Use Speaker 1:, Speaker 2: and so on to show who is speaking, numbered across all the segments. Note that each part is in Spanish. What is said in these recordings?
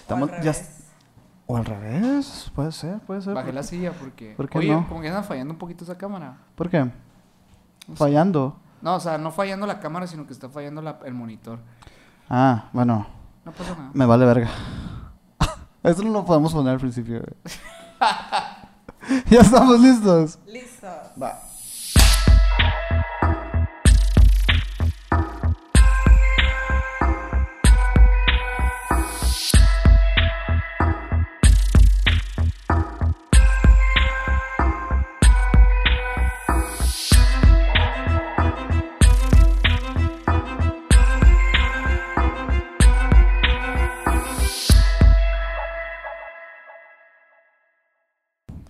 Speaker 1: Estamos
Speaker 2: al
Speaker 1: ya.
Speaker 2: revés.
Speaker 1: O al revés, puede ser, puede ser.
Speaker 3: Bajé
Speaker 1: ¿Por,
Speaker 3: la silla porque.
Speaker 1: ¿Por qué
Speaker 3: Oye,
Speaker 1: no?
Speaker 3: como que está fallando un poquito esa cámara.
Speaker 1: por qué?
Speaker 3: No sé.
Speaker 1: Fallando.
Speaker 3: No, o sea, no fallando la cámara, sino que está fallando la- el monitor.
Speaker 1: Ah, bueno,
Speaker 3: No pasa nada.
Speaker 1: me vale verga. Eso no lo podemos poner al principio. güey. ya estamos listos.
Speaker 2: Listo.
Speaker 1: Va.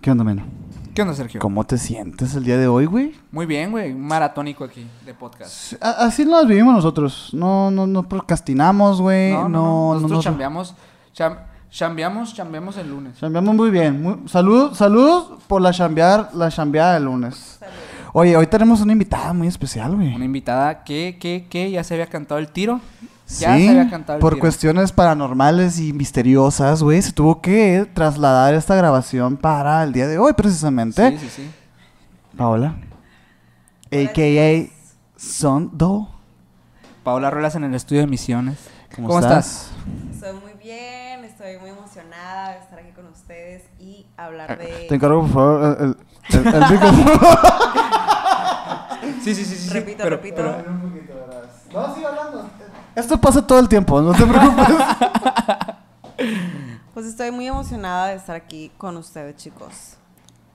Speaker 1: ¿Qué onda, Mena?
Speaker 3: ¿Qué onda, Sergio?
Speaker 1: ¿Cómo te sientes el día de hoy, güey?
Speaker 3: Muy bien, güey. Un maratónico aquí de podcast.
Speaker 1: Sí, a- Así nos vivimos nosotros. No, no, no procrastinamos, güey. No, no, no.
Speaker 3: Nosotros
Speaker 1: nos-
Speaker 3: chambeamos. cham- chambeamos, chambeamos el lunes.
Speaker 1: Chambeamos muy bien. Muy- Salud, salud por la chambear, la chambeada del lunes. Oye, hoy tenemos una invitada muy especial,
Speaker 3: Una
Speaker 1: güey.
Speaker 3: invitada que, que, que ya se había cantado el tiro.
Speaker 1: Sí,
Speaker 3: Ya se había cantado el
Speaker 1: por
Speaker 3: tiro.
Speaker 1: cuestiones paranormales y misteriosas, güey, se tuvo que trasladar esta grabación para el día de hoy, precisamente.
Speaker 3: Sí, sí, sí.
Speaker 1: Paola, a.k.a. Sondo.
Speaker 3: Paola Ruelas en el estudio de misiones.
Speaker 1: ¿Cómo,
Speaker 3: ¿Cómo
Speaker 1: estás?
Speaker 2: Estoy muy bien, estoy muy emocionada de estar aquí con ustedes y
Speaker 3: Ah,
Speaker 2: hablar de.
Speaker 1: Te encargo, por favor, el, el- el- el micrófono.
Speaker 3: Sí, sí, sí, sí. sí,
Speaker 2: Repito,
Speaker 3: pero-
Speaker 2: repito.
Speaker 3: pero-
Speaker 1: No, sigue hablando. Esto pasa todo el tiempo, no te preocupes.
Speaker 2: Pues estoy muy emocionada de estar aquí con ustedes, chicos.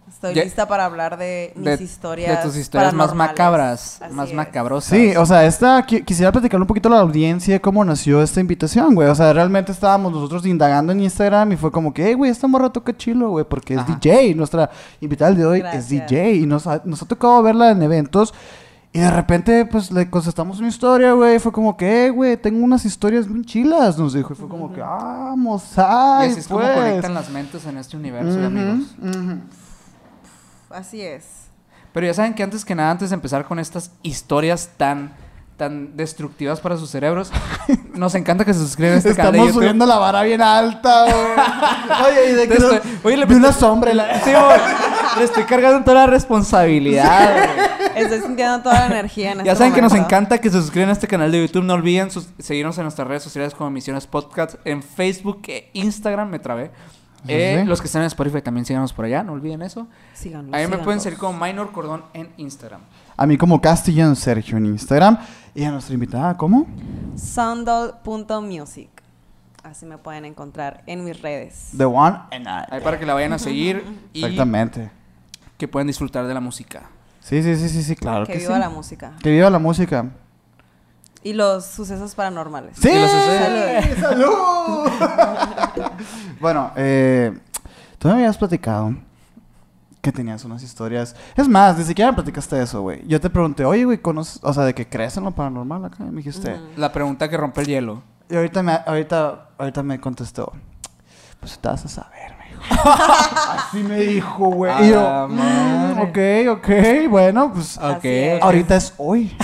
Speaker 2: Estoy
Speaker 3: Ya-
Speaker 2: lista para hablar de mis
Speaker 3: de-
Speaker 2: historias.
Speaker 3: de tus historias más
Speaker 2: paranormales.
Speaker 3: macabras,
Speaker 2: Así
Speaker 3: más
Speaker 2: es.
Speaker 3: macabrosas.
Speaker 1: Sí, o sea, esta, qui- quisiera platicarle un poquito a la audiencia de cómo nació esta invitación, güey. O sea, realmente estábamos nosotros indagando en Instagram y fue como que, hey, güey, esta morra toca chilo, güey, porque es
Speaker 3: Ajá.
Speaker 1: DJ. Nuestra invitada de hoy
Speaker 2: Gracias.
Speaker 1: es DJ y nos ha, nos ha tocado verla en eventos. Y de repente, pues, le contestamos una historia, güey. y Fue como que, "Eh, güey, tengo unas historias bien chilas, nos dijo. Y fue como que, vamos,
Speaker 3: Y
Speaker 1: ay,
Speaker 3: así es como
Speaker 1: pues".
Speaker 3: conectan las mentes en este universo, de amigos.
Speaker 2: Así es.
Speaker 3: Pero ya saben que antes que nada, antes de empezar con estas historias tan, tan destructivas para sus cerebros, nos encanta que se suscriban a este canal de
Speaker 1: Estamos
Speaker 3: YouTube.
Speaker 1: subiendo la vara bien alta, güey. Oye, y de
Speaker 3: Te
Speaker 1: que
Speaker 3: estoy-
Speaker 1: oye,
Speaker 3: oye,
Speaker 1: le
Speaker 3: le
Speaker 1: vi
Speaker 3: metí-
Speaker 1: una sombra. y la-
Speaker 3: Sí, güey. Le estoy cargando toda la responsabilidad. güey.
Speaker 2: Estoy sintiendo toda la energía en
Speaker 3: Ya
Speaker 2: este
Speaker 3: saben que nos
Speaker 2: momento.
Speaker 3: encanta que se suscriban a este canal de YouTube. No olviden sus- seguirnos en nuestras redes sociales como Misiones Podcast, en Facebook e Instagram, me trabé. Eh,
Speaker 1: sí.
Speaker 3: Los que están en Spotify también síganos por allá, no olviden eso.
Speaker 2: Síganlo,
Speaker 3: A mí me
Speaker 2: síganlo.
Speaker 3: pueden seguir como Minor Cordón en Instagram.
Speaker 1: A mí como Castillón Sergio en Instagram. Y a nuestra invitada, ¿cómo?
Speaker 2: Sundoll.music. Así me pueden encontrar en mis redes.
Speaker 1: The One and I.
Speaker 3: Ahí para que la vayan a seguir y
Speaker 1: Exactamente.
Speaker 3: que puedan disfrutar de la música.
Speaker 1: Sí, sí, sí, sí, sí, claro que,
Speaker 2: que viva
Speaker 1: sí.
Speaker 2: la música.
Speaker 1: Que viva la música.
Speaker 2: Y los sucesos paranormales.
Speaker 1: ¡Sí!
Speaker 3: Que los
Speaker 2: hace-
Speaker 1: ¡Salud! bueno, eh, tú me habías platicado que tenías unas historias. Es más, ni siquiera me platicaste eso, güey. Yo te pregunté, oye, güey, ¿conoces? O sea, de que crees en lo paranormal acá. Y me dijiste,
Speaker 3: La pregunta que rompe el hielo.
Speaker 1: Y ahorita me, ahorita, ahorita me contestó. Pues te vas a saber, me dijo. Así me dijo, güey. Y
Speaker 3: A
Speaker 1: yo,
Speaker 3: la madre.
Speaker 1: mm, ok, ok, bueno, pues
Speaker 3: Ok.
Speaker 2: es.
Speaker 1: ahorita es hoy.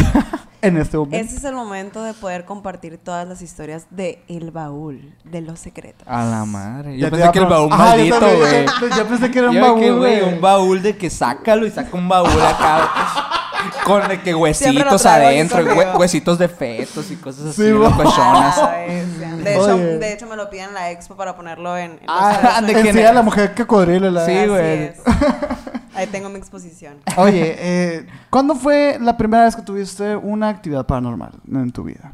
Speaker 1: en este momento.
Speaker 2: Ese es el momento de poder compartir todas las historias de El Baúl, de los secretos.
Speaker 3: A la madre.
Speaker 1: Ya te
Speaker 3: Yo pensé
Speaker 1: iba
Speaker 3: que el
Speaker 1: a pro-
Speaker 3: baúl
Speaker 1: Ajá, yo
Speaker 3: maldito,
Speaker 1: también,
Speaker 3: güey.
Speaker 1: Yo, yo pensé que era un
Speaker 3: Yo de que,
Speaker 1: baúl,
Speaker 3: güey,
Speaker 1: güey.
Speaker 3: Un baúl de que sácalo y saca un baúl acá. con de que huesitos
Speaker 2: traigo aquí
Speaker 3: adentro,
Speaker 2: conmigo.
Speaker 3: hue- huesitos de fetos y cosas así,
Speaker 1: Sí, bo.
Speaker 3: locochonas.
Speaker 2: Ah, es, ya. de, hecho,
Speaker 1: Oye.
Speaker 2: de hecho, me lo piden en la expo para ponerlo en... en los
Speaker 3: Ah,
Speaker 2: tres
Speaker 3: ¿de
Speaker 2: meses.
Speaker 3: quién
Speaker 1: En sí
Speaker 3: eres?
Speaker 1: a la mujer cocodrilo. La...
Speaker 3: Sí,
Speaker 2: Así
Speaker 3: güey.
Speaker 2: es. Ahí tengo mi exposición.
Speaker 1: Oye, eh, ¿cuándo fue la primera vez que tuviste una actividad paranormal en tu vida?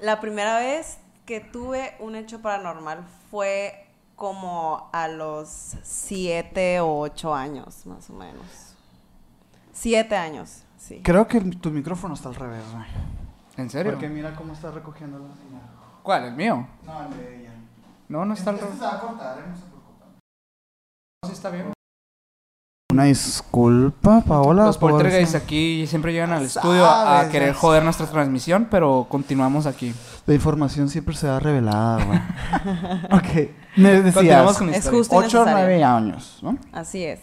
Speaker 2: La primera vez que tuve un hecho paranormal fue como a los siete o ocho años, más o menos. Siete años, sí.
Speaker 1: Creo que tu micrófono está al revés, güey.
Speaker 3: ¿En serio?
Speaker 1: Porque mira cómo está recogiendo la señal.
Speaker 3: ¿Cuál? ¿El mío?
Speaker 1: No, el de ella.
Speaker 3: No, no está el rojo.
Speaker 1: Este se va a cortar, ¿eh? no se preocupen.
Speaker 3: No, sí está bien.
Speaker 1: Una disculpa, Paola.
Speaker 3: Los
Speaker 1: por-
Speaker 3: poltergeists aquí siempre llegan al estudio
Speaker 1: Sabes,
Speaker 3: a querer
Speaker 1: ya
Speaker 3: joder nuestra transmisión, pero continuamos aquí.
Speaker 1: La información siempre se da revelada, güey. ok. Me
Speaker 3: Continuamos
Speaker 1: decías,
Speaker 3: con la
Speaker 2: Es
Speaker 3: historia.
Speaker 1: 8
Speaker 2: justo.
Speaker 1: o
Speaker 2: necesario.
Speaker 1: 9 años, ¿no?
Speaker 2: Así es.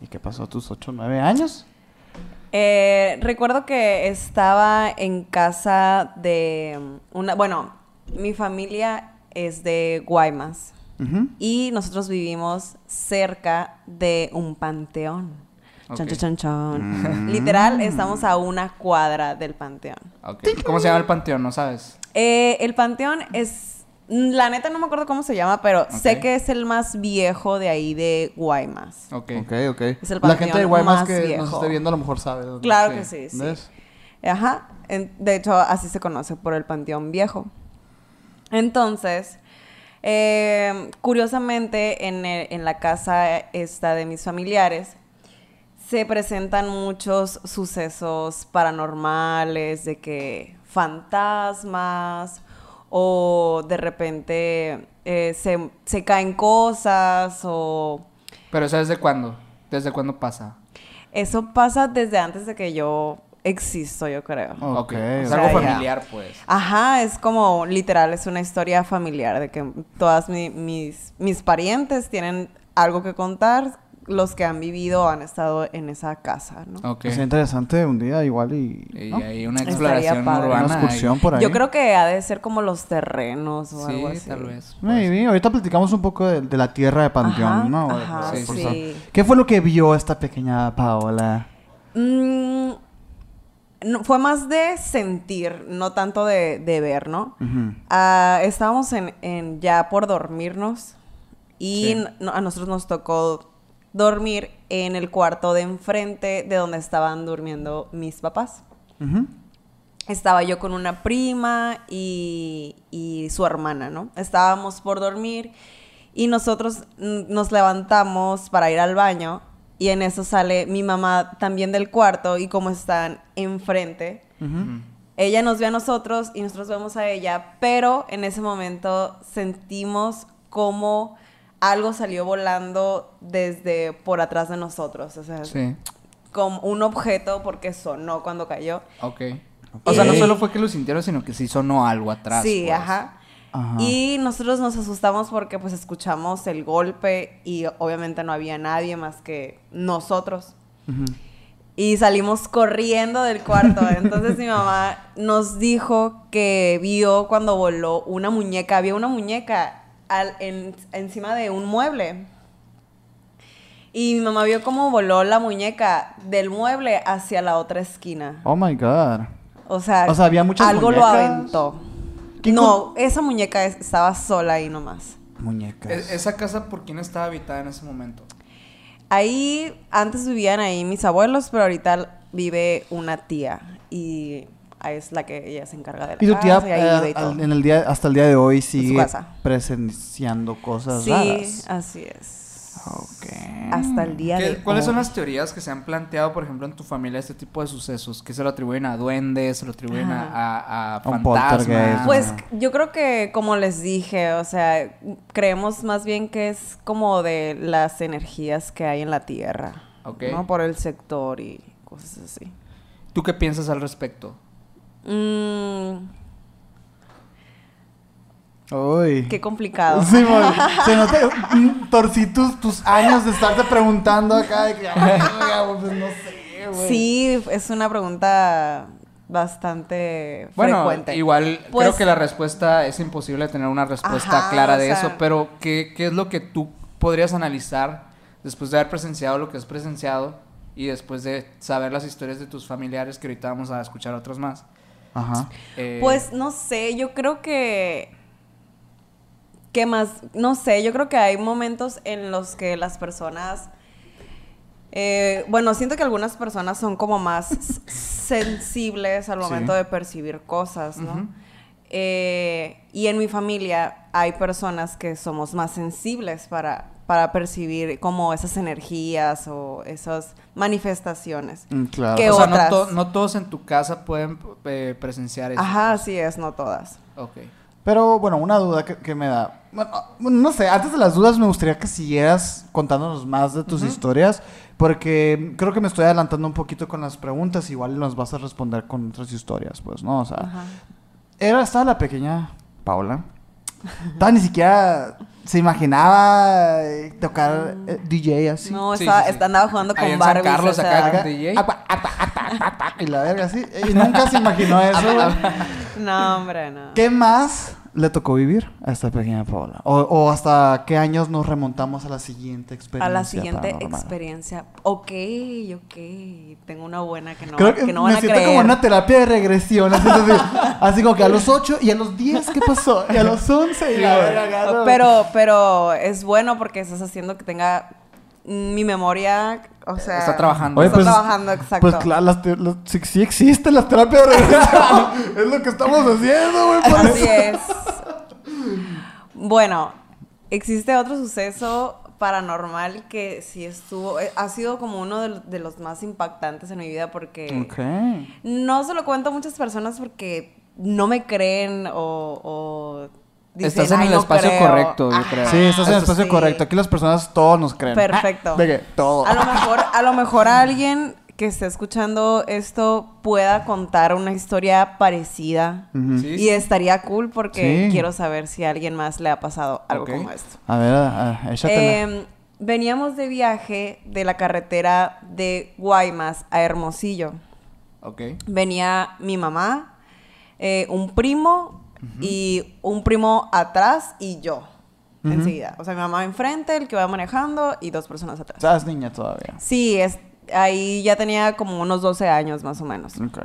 Speaker 1: ¿Y qué pasó a tus 8 o 9 años?
Speaker 2: Eh, recuerdo que estaba en casa de una, bueno, mm, mi familia es de Guaymas.
Speaker 1: Ujú.
Speaker 2: Y nosotros vivimos cerca de un panteón. Chon,
Speaker 3: Ok. Mm.
Speaker 2: chon, chon, chon. Literal, estamos a una cuadra del panteón.
Speaker 3: Ok. ¿Cómo se llama el panteón? ¿No sabes?
Speaker 2: Eh, el panteón es. mm, La neta no me acuerdo cómo se llama, pero sé
Speaker 3: Ok.
Speaker 2: que es el más viejo de ahí de Guaymas.
Speaker 3: Ok.
Speaker 1: Ok, ok.
Speaker 2: Es el
Speaker 1: La gente de
Speaker 2: panteón
Speaker 1: Guaymas
Speaker 2: más
Speaker 1: que nos
Speaker 2: viejo.
Speaker 1: esté viendo a lo mejor sabe. dónde-
Speaker 2: Claro que
Speaker 3: Sí.
Speaker 2: sí, sí.
Speaker 1: ¿Ves?
Speaker 2: Ajá. En- de hecho, así se conoce por el Panteón Viejo. Entonces, eh, curiosamente, en, el- en la casa esta de mis familiares se presentan muchos sucesos paranormales, de que fantasmas o de repente eh, se, se caen cosas o...
Speaker 3: Pero ¿sabes de cuándo? ¿Desde cuándo pasa?
Speaker 2: Eso pasa desde antes de que yo existo, yo creo.
Speaker 1: Ok,
Speaker 3: Ok. Es
Speaker 2: ok.
Speaker 3: algo
Speaker 2: Ya.
Speaker 3: familiar, pues.
Speaker 2: Ajá, es como literal, es una historia familiar de que todas mi- mis, mis parientes tienen algo que contar, los que han vivido o han estado en esa casa, ¿no?
Speaker 3: Ok.
Speaker 1: Pues, Es interesante un día igual y...
Speaker 3: Y
Speaker 1: ¿no?
Speaker 3: hay una
Speaker 2: Estaría
Speaker 3: exploración
Speaker 2: padre.
Speaker 3: urbana.
Speaker 1: Una excursión pues? por ahí.
Speaker 2: Yo creo que ha de ser como los terrenos
Speaker 3: ahí.
Speaker 2: o algo
Speaker 3: Sí,
Speaker 2: así.
Speaker 3: tal vez. Pues,
Speaker 1: Maybe. Ahorita platicamos un poco de, de la tierra de Panteón,
Speaker 2: Ajá,
Speaker 1: ¿no?
Speaker 2: ajá,
Speaker 1: Por
Speaker 3: sí.
Speaker 1: favor. ¿Qué fue lo que vio esta pequeña Paola?
Speaker 2: Mm, no, fue más de sentir, no tanto de, de ver, ¿no?
Speaker 1: Ujú.
Speaker 2: Ah, estábamos en, en- ya por dormirnos y
Speaker 3: Sí.
Speaker 2: n- no- a nosotros nos tocó dormir en el cuarto de enfrente de donde estaban durmiendo mis papás.
Speaker 1: Ujú.
Speaker 2: Estaba yo con una prima y, y su hermana, ¿no? Estábamos por dormir y nosotros mm, nos levantamos para ir al baño y en eso sale mi mamá también del cuarto y como están enfrente,
Speaker 1: Ujú.
Speaker 2: ella nos ve a nosotros y nosotros vemos a ella, pero en ese momento sentimos como algo salió volando desde por atrás de nosotros, o sea,
Speaker 3: Sí.
Speaker 2: como un objeto porque sonó cuando cayó.
Speaker 3: Ok. O sea, no
Speaker 2: Y-
Speaker 3: solo fue que lo sintieron, sino que sí sonó algo atrás.
Speaker 2: sí,
Speaker 3: pues.
Speaker 2: ajá.
Speaker 1: Ajá.
Speaker 2: Y nosotros nos asustamos porque pues escuchamos el golpe y obviamente no había nadie más que nosotros.
Speaker 1: Ujú.
Speaker 2: Y salimos corriendo del cuarto. Entonces mi mamá nos dijo que vio cuando voló una muñeca. Había una muñeca al- en- encima de un mueble. Y mi mamá vio cómo voló la muñeca del mueble hacia la otra esquina.
Speaker 1: Oh, my God.
Speaker 2: O sea,
Speaker 1: O sea, había muchas
Speaker 2: algo
Speaker 1: muñecas.
Speaker 2: lo aventó.
Speaker 1: ¿Quién
Speaker 2: No, esa muñeca es- estaba sola ahí nomás.
Speaker 1: Muñecas.
Speaker 3: E- ¿Esa casa por quién estaba habitada en ese momento?
Speaker 2: Ahí, antes vivían ahí mis abuelos, pero ahorita vive una tía. Y ahí es la que ella se encarga de la
Speaker 1: Y tu tía
Speaker 2: casa, y ahí
Speaker 1: eh,
Speaker 2: vive
Speaker 1: al-
Speaker 2: y todo.
Speaker 1: en el día, hasta el día de hoy sigue
Speaker 2: casa.
Speaker 1: presenciando cosas
Speaker 2: Sí,
Speaker 1: raras.
Speaker 2: así es.
Speaker 1: Ok.
Speaker 2: Hasta el día
Speaker 3: ¿Qué-
Speaker 2: de
Speaker 3: ¿Cuáles son
Speaker 2: hoy.
Speaker 3: las teorías que se han planteado, por ejemplo, en tu familia este tipo de sucesos? ¿Que se lo atribuyen a duendes, se lo atribuyen a, a, a
Speaker 1: A un
Speaker 3: fantasmas?
Speaker 1: poltergeist,
Speaker 2: Pues
Speaker 1: Ah.
Speaker 2: yo creo que, como les dije, o sea, creemos más bien que es como de las energías que hay en la tierra.
Speaker 3: Ok.
Speaker 2: ¿no? Por el sector y cosas así.
Speaker 3: ¿Tú qué piensas al respecto?
Speaker 2: Mm,
Speaker 1: Uy.
Speaker 2: ah, qué complicado.
Speaker 1: Sí, mon. se nota, mm, torcí tus, tus años de estarte preguntando acá de que, ay, oiga, pues no sé, güey.
Speaker 2: Sí, es una pregunta bastante
Speaker 3: Bueno,
Speaker 2: frecuente.
Speaker 3: igual creo
Speaker 2: Pues-
Speaker 3: que la respuesta es imposible tener una respuesta
Speaker 2: Ajá,
Speaker 3: clara
Speaker 2: o
Speaker 3: de
Speaker 2: sea-
Speaker 3: eso, pero ¿qué, ¿qué es lo que tú podrías analizar después de haber presenciado lo que has presenciado y después de saber las historias de tus familiares, que ahorita vamos a escuchar otras más?
Speaker 1: Ajá.
Speaker 3: Eh,
Speaker 2: Pues no sé, yo creo que ¿Qué más? No sé, yo creo que hay momentos en los que las personas eh, bueno, siento que algunas personas son como más s- sensibles al
Speaker 1: Sí.
Speaker 2: momento de percibir cosas, ¿no?
Speaker 3: Ujú.
Speaker 2: Eh, y en mi familia hay personas que somos más sensibles para, para percibir como esas energías o esas manifestaciones.
Speaker 1: Mm, Claro.
Speaker 2: ¿Qué
Speaker 3: o sea, no,
Speaker 2: otras?
Speaker 3: to- no todos en tu casa pueden eh, presenciar eso.
Speaker 2: Ajá, así es, no todas.
Speaker 3: Ok.
Speaker 1: Pero bueno, una duda que, que me da. Bueno, ah, bueno, no sé, antes de las dudas me gustaría que siguieras contándonos más de tus historias, porque creo que me estoy adelantando un poquito con las preguntas, igual nos vas a responder con otras historias, pues, ¿no? O sea,
Speaker 2: Ajá.
Speaker 1: era, estaba la pequeña Paula. Estaba ni siquiera se imaginaba eh, tocar eh, DJ así.
Speaker 2: No,
Speaker 3: Sí,
Speaker 2: estaba-
Speaker 3: sí, sí.
Speaker 2: está- andaba jugando
Speaker 3: Ahí
Speaker 2: con
Speaker 3: en San
Speaker 2: Barbie.
Speaker 3: Carlos, acá,
Speaker 1: Acá,
Speaker 3: DJ.
Speaker 1: apa, apa, apa, apa, apa, y la verga así. Y nunca se imaginó eso. güey.
Speaker 2: No, hombre, no.
Speaker 1: ¿Qué más le tocó vivir a esta pequeña Paola? O, o hasta qué años nos remontamos a la siguiente experiencia?
Speaker 2: A la siguiente
Speaker 1: paranormal?
Speaker 2: experiencia. Ok, ok. Tengo una buena que no,
Speaker 1: Creo
Speaker 2: que,
Speaker 1: que,
Speaker 2: no
Speaker 1: me
Speaker 2: van a
Speaker 1: siento
Speaker 2: creer.
Speaker 1: como en una terapia de regresión. Así, así, así como que a los 8 y a los 10, ¿qué pasó? Y a los 11 y la verga,
Speaker 2: Pero, pero es bueno porque estás haciendo que tenga mi memoria, o sea...
Speaker 3: Está trabajando.
Speaker 1: Oye,
Speaker 2: está
Speaker 1: pues-
Speaker 2: trabajando, exacto.
Speaker 1: Pues claro, las te- las- sí, sí existen las terapias de regresión. es lo que estamos haciendo, güey. por
Speaker 2: Así
Speaker 1: eso.
Speaker 2: es. Bueno, existe otro suceso paranormal que sí estuvo, eh, ha sido como uno de, lo- de los más impactantes en mi vida porque
Speaker 1: Ok.
Speaker 2: no se lo cuento a muchas personas porque no me creen o... o dicen,
Speaker 3: Estás en
Speaker 2: "Ay,
Speaker 3: el
Speaker 2: no
Speaker 3: espacio
Speaker 2: creo".
Speaker 3: correcto, yo creo.
Speaker 1: Sí, estás en el
Speaker 2: Eso
Speaker 1: espacio
Speaker 2: sí.
Speaker 1: correcto. Aquí las personas todos nos creen.
Speaker 2: Perfecto.
Speaker 1: Ah, ¿De qué? Todo.
Speaker 2: A lo mejor, a lo mejor alguien que esté escuchando esto pueda contar una historia parecida.
Speaker 1: Ujú.
Speaker 3: Sí,
Speaker 2: Y estaría cool porque
Speaker 1: Mm. Sí.
Speaker 2: quiero saber si a alguien más le ha pasado algo
Speaker 3: Ok.
Speaker 2: como esto.
Speaker 1: A ver, a- a- échatela.
Speaker 2: Em, veníamos de viaje de la carretera de Guaymas a Hermosillo.
Speaker 3: Ok.
Speaker 2: Venía mi mamá, eh, un primo y un primo atrás y yo. Enseguida. O sea, mi mamá enfrente, el que va manejando y dos personas atrás.
Speaker 1: Estás niña todavía.
Speaker 2: Sí, es, ahí ya tenía como unos 12 años más o menos.
Speaker 1: Ok.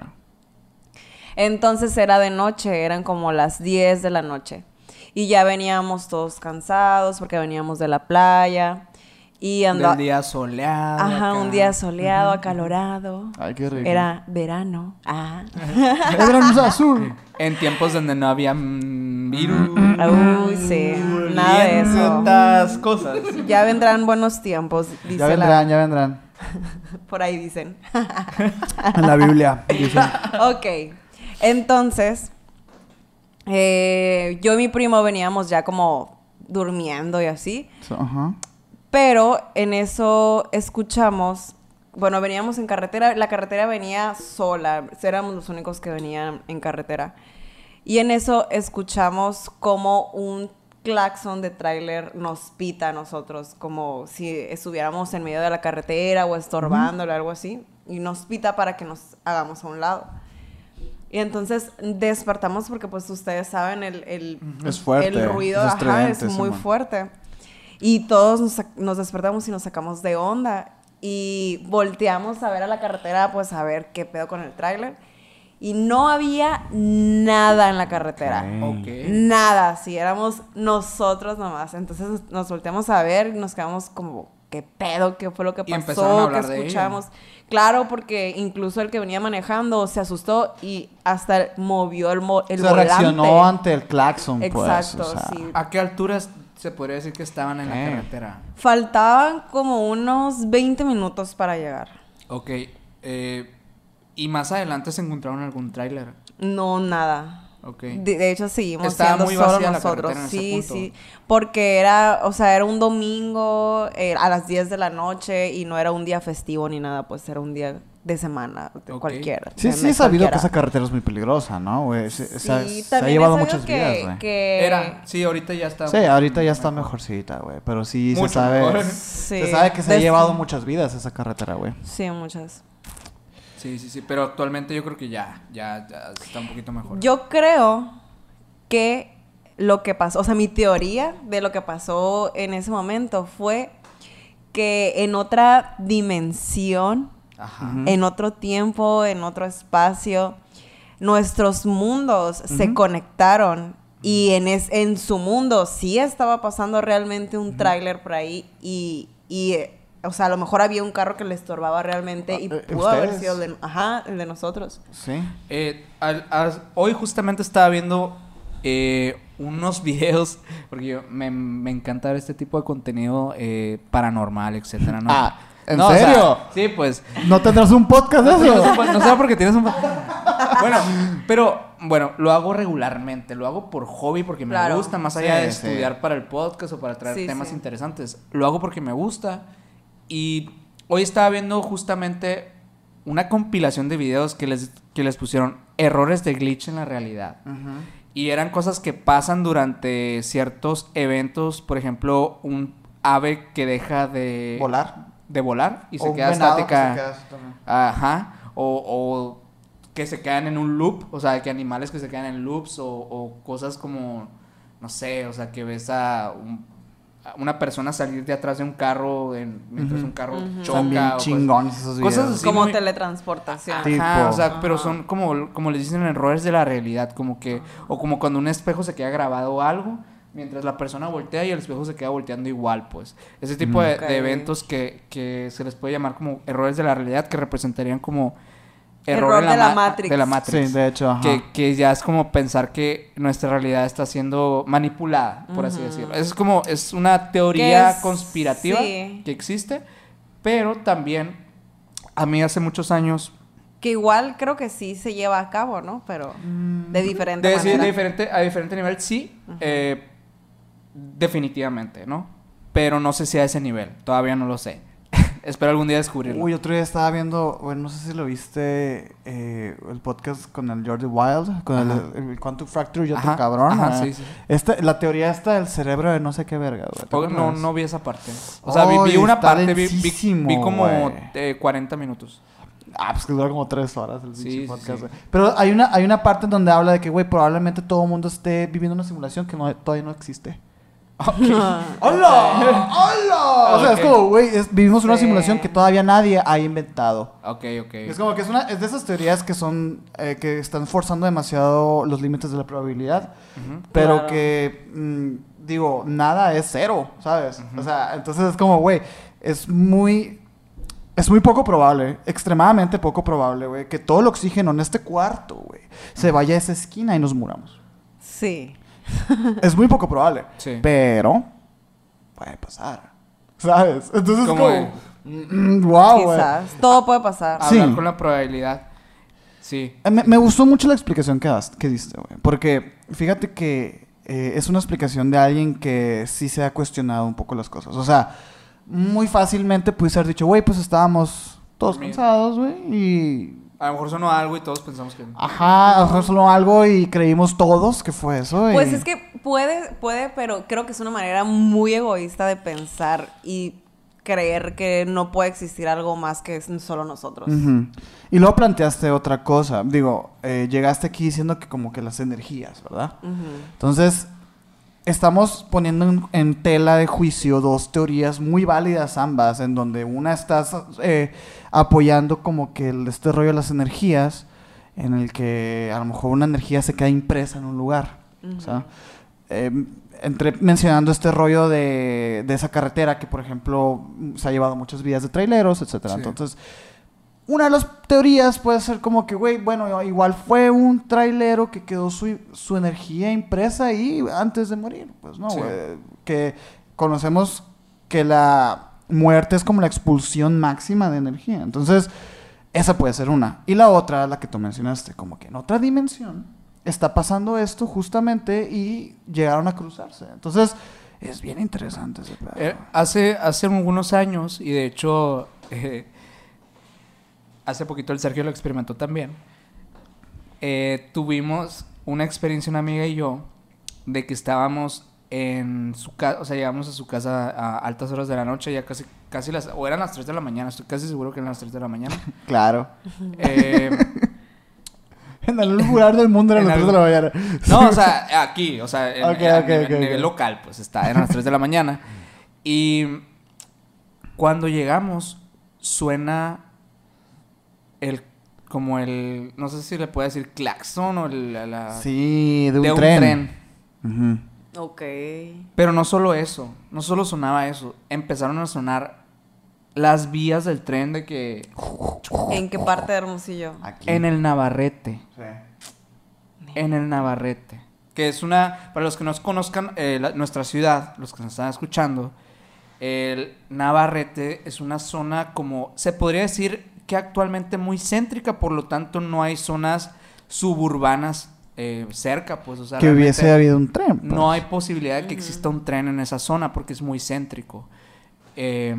Speaker 2: Entonces era de noche, eran como las 10 de la noche. Y ya veníamos todos cansados porque veníamos de la playa. Y andaba...
Speaker 3: Del día soleado.
Speaker 2: Ajá,
Speaker 3: acá.
Speaker 2: un día soleado, acalorado.
Speaker 1: Ay, qué rico.
Speaker 2: Era verano. Ah.
Speaker 1: Es Veracruz Azul.
Speaker 3: En tiempos donde no había mm, virus.
Speaker 2: Uy, sí. Nada de eso.
Speaker 3: Estas cosas.
Speaker 2: Ya vendrán buenos tiempos, dice
Speaker 1: Ya
Speaker 2: la-
Speaker 1: vendrán, ya vendrán.
Speaker 2: Por ahí dicen.
Speaker 1: En la Biblia. dice.
Speaker 2: ok. Entonces, eh, yo y mi primo veníamos ya como durmiendo y así.
Speaker 1: So, ajá.
Speaker 2: Pero en eso escuchamos. Bueno, veníamos en carretera. La carretera venía sola. Éramos los únicos que venían en carretera. Y en eso escuchamos como un claxon de tráiler nos pita a nosotros, como si estuviéramos en medio de la carretera o estorbándole, algo así, y nos pita para que nos hagamos a un lado. Y entonces despertamos porque pues ustedes saben, el, el,
Speaker 1: Es fuerte,
Speaker 2: el ruido
Speaker 1: es
Speaker 2: ajá, es
Speaker 1: estridente,
Speaker 2: muy
Speaker 1: Simón.
Speaker 2: fuerte. Y todos nos, sac- nos despertamos y nos sacamos de onda. Y volteamos a ver a la carretera, pues a ver qué pedo con el tráiler. Y no había nada en la carretera.
Speaker 3: Ok.
Speaker 2: Nada, si éramos nosotros nomás. Entonces nos volteamos a ver y nos quedamos como, ¿qué pedo? ¿Qué fue lo que
Speaker 3: Y empezaron a
Speaker 2: pasó? ¿Qué
Speaker 3: hablar de ello.
Speaker 2: escuchamos? Claro, porque incluso el que venía manejando se asustó y hasta movió el, mo
Speaker 1: Se
Speaker 2: el volante.
Speaker 1: reaccionó ante el claxon, pues.
Speaker 2: Exacto,
Speaker 1: o sea.
Speaker 2: sí.
Speaker 3: ¿A qué alturas se podría decir que estaban en la
Speaker 1: Eh.
Speaker 3: carretera?
Speaker 2: Faltaban como unos 20 minutos para llegar.
Speaker 3: Ok. eh, y más adelante se encontraron algún tráiler.
Speaker 2: No, nada.
Speaker 3: Ok.
Speaker 2: De, de hecho, seguimos
Speaker 3: Estaba
Speaker 2: siendo
Speaker 3: muy
Speaker 2: solo
Speaker 3: vacía la
Speaker 2: nosotros.
Speaker 3: carretera en ese
Speaker 2: Sí,
Speaker 3: punto.
Speaker 2: sí. Porque era, o sea, era un domingo eh, a las 10 de la noche y no era un día festivo ni nada, pues era un día de semana, de
Speaker 3: Ok.
Speaker 2: cualquiera.
Speaker 1: Sí,
Speaker 2: de
Speaker 1: sí,
Speaker 2: mes
Speaker 1: he sabido que
Speaker 2: cualquiera.
Speaker 1: esa carretera es muy peligrosa, ¿no? güey? Se, se ha-
Speaker 2: Sí,
Speaker 1: se ha
Speaker 2: también he
Speaker 1: llevado
Speaker 2: sabido
Speaker 1: muchas
Speaker 2: que-
Speaker 1: vidas, güey.
Speaker 2: que-
Speaker 3: Era. Sí, ahorita ya está.
Speaker 1: Sí, ahorita ya está mejorcita, güey. Pero sí se
Speaker 3: Mucho
Speaker 1: sabe.
Speaker 3: mejor.
Speaker 2: Sí.
Speaker 1: Se sabe que se ha
Speaker 2: Des-
Speaker 1: llevado muchas vidas esa carretera, güey.
Speaker 2: Sí, muchas.
Speaker 3: Sí, sí, sí. Pero actualmente yo creo que ya. Ya, ya está un poquito mejor.
Speaker 2: Yo creo que lo que pasó, o sea, mi teoría de lo que pasó en ese momento fue que en otra dimensión,
Speaker 3: Ajá.
Speaker 2: en otro tiempo, en otro espacio, nuestros mundos se conectaron y en, es, en su mundo sí estaba pasando realmente un tráiler por ahí y, y, eh, o sea, a lo mejor había un carro que le estorbaba realmente y
Speaker 1: Ah, eh,
Speaker 2: pudo haber
Speaker 1: ¿ustedes?
Speaker 2: sido el de, ajá, el de nosotros.
Speaker 1: Sí.
Speaker 3: Eh, al- al- hoy justamente estaba viendo eh, unos videos, porque yo me, me encanta ver este tipo de contenido eh, paranormal, etcétera, ¿no?
Speaker 1: Ah, ¿en
Speaker 3: o sea,
Speaker 1: serio?
Speaker 3: sí, pues.
Speaker 1: ¿No tendrás un podcast de
Speaker 3: No,
Speaker 1: eso?
Speaker 3: sé por- no sé por qué tienes un... Bueno, pero, bueno, lo hago regularmente, lo hago por hobby, porque me
Speaker 2: Claro.
Speaker 3: gusta, más allá
Speaker 1: Sí,
Speaker 3: de
Speaker 1: sí.
Speaker 3: estudiar para el podcast o para traer
Speaker 2: Sí,
Speaker 3: temas
Speaker 2: sí.
Speaker 3: interesantes, lo hago porque me gusta. Y hoy estaba viendo justamente una compilación de videos que les, que les pusieron errores de glitch en la realidad. Y eran cosas que pasan durante ciertos eventos, por ejemplo, un ave que deja de...
Speaker 1: Volar.
Speaker 3: De volar y
Speaker 1: O
Speaker 3: se
Speaker 1: un
Speaker 3: queda
Speaker 1: venado que se
Speaker 3: estática.
Speaker 1: queda así también.
Speaker 3: Ajá. O, o que se quedan en un loop. O sea, que animales que se quedan en loops o, o cosas como no sé, o sea, que ves a, un- a una persona salir de atrás de un carro en- mientras
Speaker 1: Ujú.
Speaker 3: un carro
Speaker 2: Ujú.
Speaker 3: choca.
Speaker 1: Son bien
Speaker 3: o cosas-
Speaker 1: chingones esos videos.
Speaker 3: pues, cosas así.
Speaker 2: como
Speaker 3: muy-
Speaker 2: teletransportación.
Speaker 1: Sí.
Speaker 3: Ajá, o sea,
Speaker 2: Ajá.
Speaker 3: pero son como, como les dicen errores de la realidad, como que, o como cuando un espejo se queda grabado algo, mientras la persona voltea y el espejo se queda volteando igual, pues. Ese
Speaker 1: Mm.
Speaker 3: tipo de, de
Speaker 2: Ok.
Speaker 3: eventos que, que se les puede llamar como errores de la realidad, que representarían como
Speaker 2: Error de la Matrix.
Speaker 3: de la
Speaker 1: Sí,
Speaker 3: Matrix.
Speaker 1: de hecho, ajá.
Speaker 3: que, que ya es como pensar que nuestra realidad está siendo manipulada, por así decirlo. Es como, es una teoría
Speaker 2: Que es-
Speaker 3: conspirativa
Speaker 2: sí.
Speaker 3: que existe, pero también a mí hace muchos años
Speaker 2: Que igual creo que sí se lleva a cabo, ¿no? Pero de diferente
Speaker 3: De- sí,
Speaker 2: manera.
Speaker 3: de diferente, a diferente nivel, sí. eh, definitivamente, ¿no? Pero no sé si a ese nivel. Todavía no lo sé. Espero algún día descubrirlo.
Speaker 1: Uy, otro día estaba viendo, bueno, no sé si lo viste, eh, el podcast con el Jordi Wild, con el,
Speaker 3: Ajá.
Speaker 1: el Quantum Fracture y otro
Speaker 3: Ajá,
Speaker 1: cabrón.
Speaker 3: ajá,
Speaker 1: ¿verdad?
Speaker 3: sí, sí.
Speaker 1: Esta- la teoría esta del cerebro de no sé qué verga, güey. ¿te
Speaker 3: O- no,
Speaker 1: acuerdas?
Speaker 3: no vi esa parte. O sea, vi- vi,
Speaker 1: Ay,
Speaker 3: una
Speaker 1: está
Speaker 3: parte, vi, vi-
Speaker 1: densísimo,
Speaker 3: vi como
Speaker 1: güey.
Speaker 3: eh, 40 minutos.
Speaker 1: Ah, pues que dura como tres horas el
Speaker 3: Sí,
Speaker 1: pinche
Speaker 3: sí,
Speaker 1: podcast,
Speaker 3: sí.
Speaker 1: güey. Pero hay una, hay una parte en donde habla de que, güey, probablemente todo el mundo esté viviendo una simulación que no, todavía no existe. ¡Hola! ¡Hola! O sea, es
Speaker 3: Ok.
Speaker 1: como, güey, es- vivimos una
Speaker 2: Sí.
Speaker 1: simulación que todavía nadie ha inventado.
Speaker 3: Ok, ok.
Speaker 1: Es como que es una es de esas teorías que son eh, que están forzando demasiado los límites de la probabilidad, pero
Speaker 2: Claro.
Speaker 1: que mm, digo, nada es cero, ¿sabes? O sea, entonces es como, güey, es muy es muy poco probable, extremadamente poco probable, güey, que todo el oxígeno en este cuarto, güey, se vaya a esa esquina y nos muramos.
Speaker 2: Sí.
Speaker 1: es muy poco probable,
Speaker 3: Sí.
Speaker 1: pero puede pasar. ¿Sabes? Entonces es
Speaker 3: Como
Speaker 1: como
Speaker 3: de-
Speaker 1: mm, mm, wow, güey.
Speaker 2: Quizás. Todo puede pasar.
Speaker 1: Ah, sí.
Speaker 3: Hablar con la probabilidad. Sí.
Speaker 1: Eh, Me, me gustó mucho la explicación que, das- que diste, güey. Porque fíjate que eh, es una explicación de alguien que sí se ha cuestionado un poco las cosas. O sea, muy fácilmente pudiste haber dicho, güey, pues estábamos todos
Speaker 3: Dormido.
Speaker 1: cansados, güey, y...
Speaker 3: A lo mejor sonó algo y todos pensamos que...
Speaker 1: Ajá, ajá, solo algo y creímos todos que fue eso. y-
Speaker 2: Pues es que puede, puede, pero creo que es una manera muy egoísta de pensar y creer que no puede existir algo más que es solo nosotros.
Speaker 1: Ujú. Y luego planteaste otra cosa. Digo, eh, llegaste aquí diciendo que como que las energías, ¿verdad?
Speaker 2: Ujú.
Speaker 1: Entonces, estamos poniendo en, en tela de juicio dos teorías muy válidas ambas, en donde una estás eh, apoyando como que el- este rollo de las energías, en el que a lo mejor una energía se queda impresa en un lugar. o sea, eh, entre mencionando este rollo de, de esa carretera que, por ejemplo, se ha llevado muchas vidas de traileros, etcétera.
Speaker 3: Sí.
Speaker 1: Entonces, una de las teorías puede ser como que, güey, bueno, igual fue un trailero que quedó su, su energía impresa ahí antes de morir. Pues no,
Speaker 3: Sí.
Speaker 1: güey. Que conocemos que la muerte es como la expulsión máxima de energía. Entonces, esa puede ser una. Y la otra, la que tú mencionaste, como que en otra dimensión está pasando esto justamente y llegaron a cruzarse. Entonces, es bien interesante ese pedo.
Speaker 3: Eh, hace, hace algunos años, y de hecho, eh, hace poquito el Sergio lo experimentó también, eh, tuvimos una experiencia, una amiga y yo, de que estábamos en su casa, o sea, llegamos a su casa a altas horas de la noche, ya casi, casi las, o eran las 3 de la mañana, estoy casi seguro que eran las 3 de la mañana.
Speaker 1: Claro.
Speaker 3: Eh,
Speaker 1: En algún lugar del mundo eran
Speaker 3: En
Speaker 1: las tres de la mañana.
Speaker 3: No, o sea, aquí, o sea, en,
Speaker 1: Ok,
Speaker 3: en- a
Speaker 1: ok,
Speaker 3: nivel,
Speaker 1: ok,
Speaker 3: nivel
Speaker 1: ok.
Speaker 3: local, pues está, eran las 3 de la mañana. Y cuando llegamos, suena el, como el, no sé si le puede decir claxon o el- la, la-
Speaker 1: Sí, de un
Speaker 3: de
Speaker 1: tren. Ujú.
Speaker 2: Ok.
Speaker 3: Pero no solo eso, no solo sonaba eso, empezaron a sonar las vías del tren de que,
Speaker 1: Oh.
Speaker 2: ¿En qué parte de Hermosillo?
Speaker 1: Aquí.
Speaker 3: en el Navarrete. en el Navarrete, que es una, para los que nos conozcan eh, la- nuestra ciudad, los que nos están escuchando, el Navarrete es una zona como, se podría decir que actualmente muy céntrica, por lo tanto no hay zonas suburbanas eh, cerca, pues, o sea,
Speaker 1: Que
Speaker 3: realmente
Speaker 1: hubiese habido un tren. pues.
Speaker 3: no hay posibilidad de que exista un tren en esa zona porque es muy céntrico. Eh,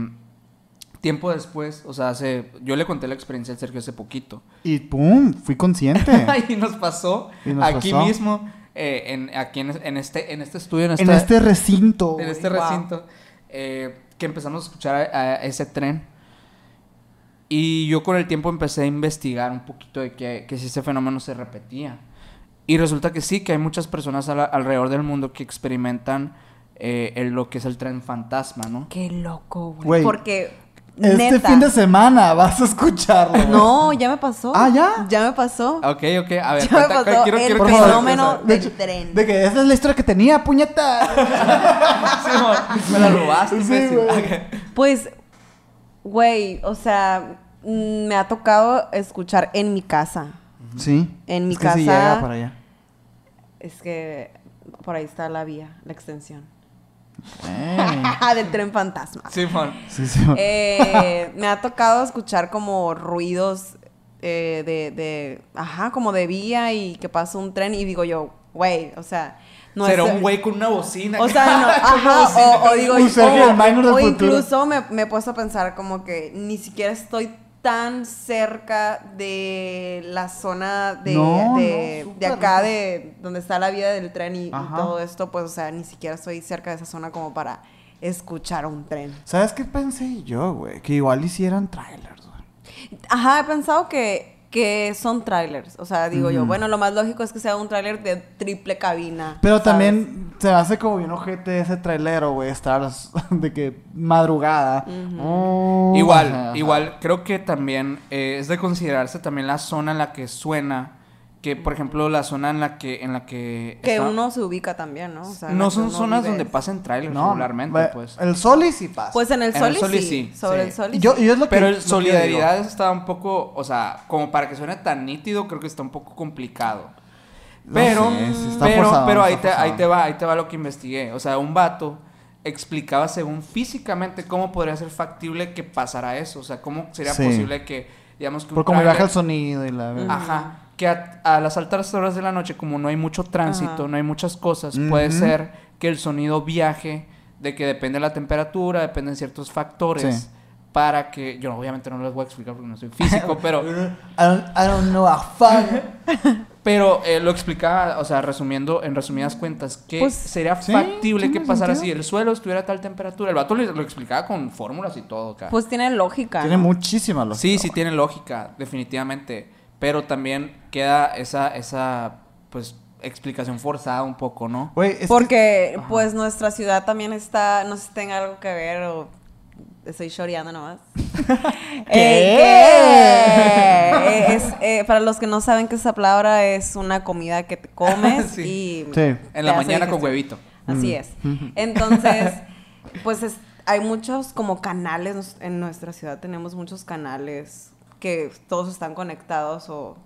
Speaker 3: tiempo después, o sea, hace, yo le conté la experiencia al Sergio hace poquito.
Speaker 1: Y pum, fui consciente.
Speaker 3: y nos pasó
Speaker 1: Y nos
Speaker 3: aquí
Speaker 1: pasó.
Speaker 3: mismo, eh, en, aquí en, en este, en este estudio, en,
Speaker 1: en
Speaker 3: esta-
Speaker 1: este recinto.
Speaker 3: en
Speaker 1: güey.
Speaker 3: este
Speaker 2: Wow.
Speaker 3: recinto, eh, que empezamos a escuchar a, a ese tren. Y yo con el tiempo empecé a investigar un poquito de que, que si ese fenómeno se repetía. Y resulta que sí, que hay muchas personas a la- alrededor del mundo que experimentan eh, el- lo que es el tren fantasma, ¿no?
Speaker 2: Qué loco,
Speaker 1: Güey,
Speaker 2: güey. Porque.
Speaker 1: Este
Speaker 2: neta,
Speaker 1: fin de semana vas a escucharlo. güey.
Speaker 2: No, ya me pasó.
Speaker 1: Ah, ¿ya?
Speaker 2: Ya me pasó.
Speaker 3: Ok, ok, a ver,
Speaker 2: Ya me
Speaker 3: cuenta- cu-
Speaker 2: pasó
Speaker 3: quiero,
Speaker 2: el
Speaker 3: quiero
Speaker 1: Por
Speaker 3: que
Speaker 1: favor.
Speaker 2: fenómeno
Speaker 1: o sea, de
Speaker 2: del
Speaker 1: hecho,
Speaker 2: tren.
Speaker 1: De que esa es la historia que tenía, puñeta.
Speaker 3: Simón, me la robaste,
Speaker 1: Sí,
Speaker 3: imbécil.
Speaker 1: güey.
Speaker 3: Ok.
Speaker 2: Pues, güey, o sea, mm, me ha tocado escuchar en mi casa.
Speaker 1: Sí.
Speaker 2: En mi
Speaker 1: es que sí
Speaker 2: casa-
Speaker 1: llega para allá.
Speaker 2: Es que por ahí está la vía, la extensión.
Speaker 1: Güey.
Speaker 3: Eh.
Speaker 2: del tren fantasma.
Speaker 3: Simón.
Speaker 1: Sí, sí. güey.
Speaker 2: Eh, me ha tocado escuchar como ruidos eh, de, de, ajá, como de vía y que pasa un tren y digo yo, güey, o sea, no
Speaker 3: Será
Speaker 2: es...
Speaker 3: un güey con una bocina.
Speaker 2: O sea, no, ajá, o, o digo,
Speaker 1: Un Sergio
Speaker 2: o-
Speaker 1: el Minor del
Speaker 2: o
Speaker 1: futuro.
Speaker 2: incluso me, me he puesto a pensar como que ni siquiera estoy tan cerca de la zona de,
Speaker 1: No,
Speaker 2: de,
Speaker 1: no,
Speaker 2: de
Speaker 1: súper
Speaker 2: acá,
Speaker 1: no.
Speaker 2: de donde está la vía del tren y, y
Speaker 1: Ajá.
Speaker 2: todo esto, pues, o sea, ni siquiera estoy cerca de esa zona como para escuchar un tren.
Speaker 1: ¿Sabes qué pensé yo, güey? Que igual hicieran trailers, güey.
Speaker 2: Ajá, he pensado que, que son trailers, o sea, digo yo, bueno, lo más lógico es que sea un trailer de triple cabina.
Speaker 1: Pero
Speaker 2: ¿sabes?
Speaker 1: también se me hace como bien ojete ese trailero, güey. Estar a las- de que madrugada. Oh,
Speaker 3: Igual,
Speaker 1: ajá, ajá.
Speaker 3: igual, creo que también eh, es de considerarse también la zona en la que suena, que por ejemplo la zona en la que... En la que
Speaker 2: Que
Speaker 3: está-
Speaker 2: uno se ubica también, ¿no? O sea,
Speaker 3: no
Speaker 2: la que
Speaker 3: son
Speaker 2: uno
Speaker 3: zonas
Speaker 2: vive
Speaker 3: donde
Speaker 2: es-
Speaker 3: pasan trailers
Speaker 1: No,
Speaker 3: regularmente,
Speaker 1: va-
Speaker 3: pues.
Speaker 1: El Soli sí pasa.
Speaker 2: Pues en el
Speaker 3: En el
Speaker 2: sol,
Speaker 3: sol y
Speaker 2: y sí.
Speaker 3: sí,
Speaker 2: Sobre
Speaker 3: sí.
Speaker 2: el sol y
Speaker 1: yo,
Speaker 2: sí.
Speaker 1: yo es lo que.
Speaker 3: Pero el
Speaker 1: lo que yo digo.
Speaker 3: solidaridad está un poco, o sea, como para que suene tan nítido, creo que está un poco complicado.
Speaker 1: No
Speaker 3: Pero,
Speaker 1: sé, sí está
Speaker 3: pero,
Speaker 1: forzado,
Speaker 3: pero
Speaker 1: está
Speaker 3: ahí, te, ahí
Speaker 1: forzado.
Speaker 3: te va, ahí te va lo que investigué. O sea, un vato explicaba según físicamente cómo podría ser factible que pasara eso. O sea, cómo sería
Speaker 1: Sí.
Speaker 3: posible que, digamos que un Ah.
Speaker 1: Por como
Speaker 3: tráiler-
Speaker 1: baja el sonido y la.
Speaker 3: Ajá. Que a, a las altas horas de la noche, como no hay mucho tránsito,
Speaker 2: Ajá.
Speaker 3: no hay muchas cosas, puede
Speaker 1: Ujú.
Speaker 3: ser que el sonido viaje, de que depende de la temperatura, dependen ciertos factores.
Speaker 1: Sí.
Speaker 3: Para que. Yo obviamente no les voy a explicar porque no soy físico, pero.
Speaker 1: I don't, I don't know a fuck.
Speaker 3: Pero eh, lo explicaba, o sea, resumiendo, en resumidas cuentas, que
Speaker 2: Pues,
Speaker 3: sería
Speaker 1: sí,
Speaker 3: factible que
Speaker 1: tiene
Speaker 3: pasara
Speaker 1: sentido.
Speaker 3: si el suelo estuviera a tal temperatura. El vato le- lo explicaba con fórmulas y todo, cara.
Speaker 2: Pues tiene lógica.
Speaker 1: Tiene
Speaker 2: ¿no?
Speaker 1: muchísima lógica.
Speaker 3: Sí, sí tiene lógica, definitivamente. Pero también queda esa, esa, pues, explicación forzada un poco, ¿no?
Speaker 1: Güey, es que-
Speaker 2: Porque, pues, nuestra ciudad también está, no sé si tenga algo que ver o estoy choreando nomás. Eh, que- es, eh, para los que no saben que esa palabra es una comida que te comes
Speaker 3: Sí.
Speaker 2: y
Speaker 1: Sí. Mm. En
Speaker 2: te
Speaker 3: En la
Speaker 2: hace
Speaker 3: mañana con
Speaker 2: digestión.
Speaker 3: huevito.
Speaker 2: Así es. Entonces, pues es- hay muchos como canales nos- en nuestra ciudad, tenemos muchos canales que todos están conectados o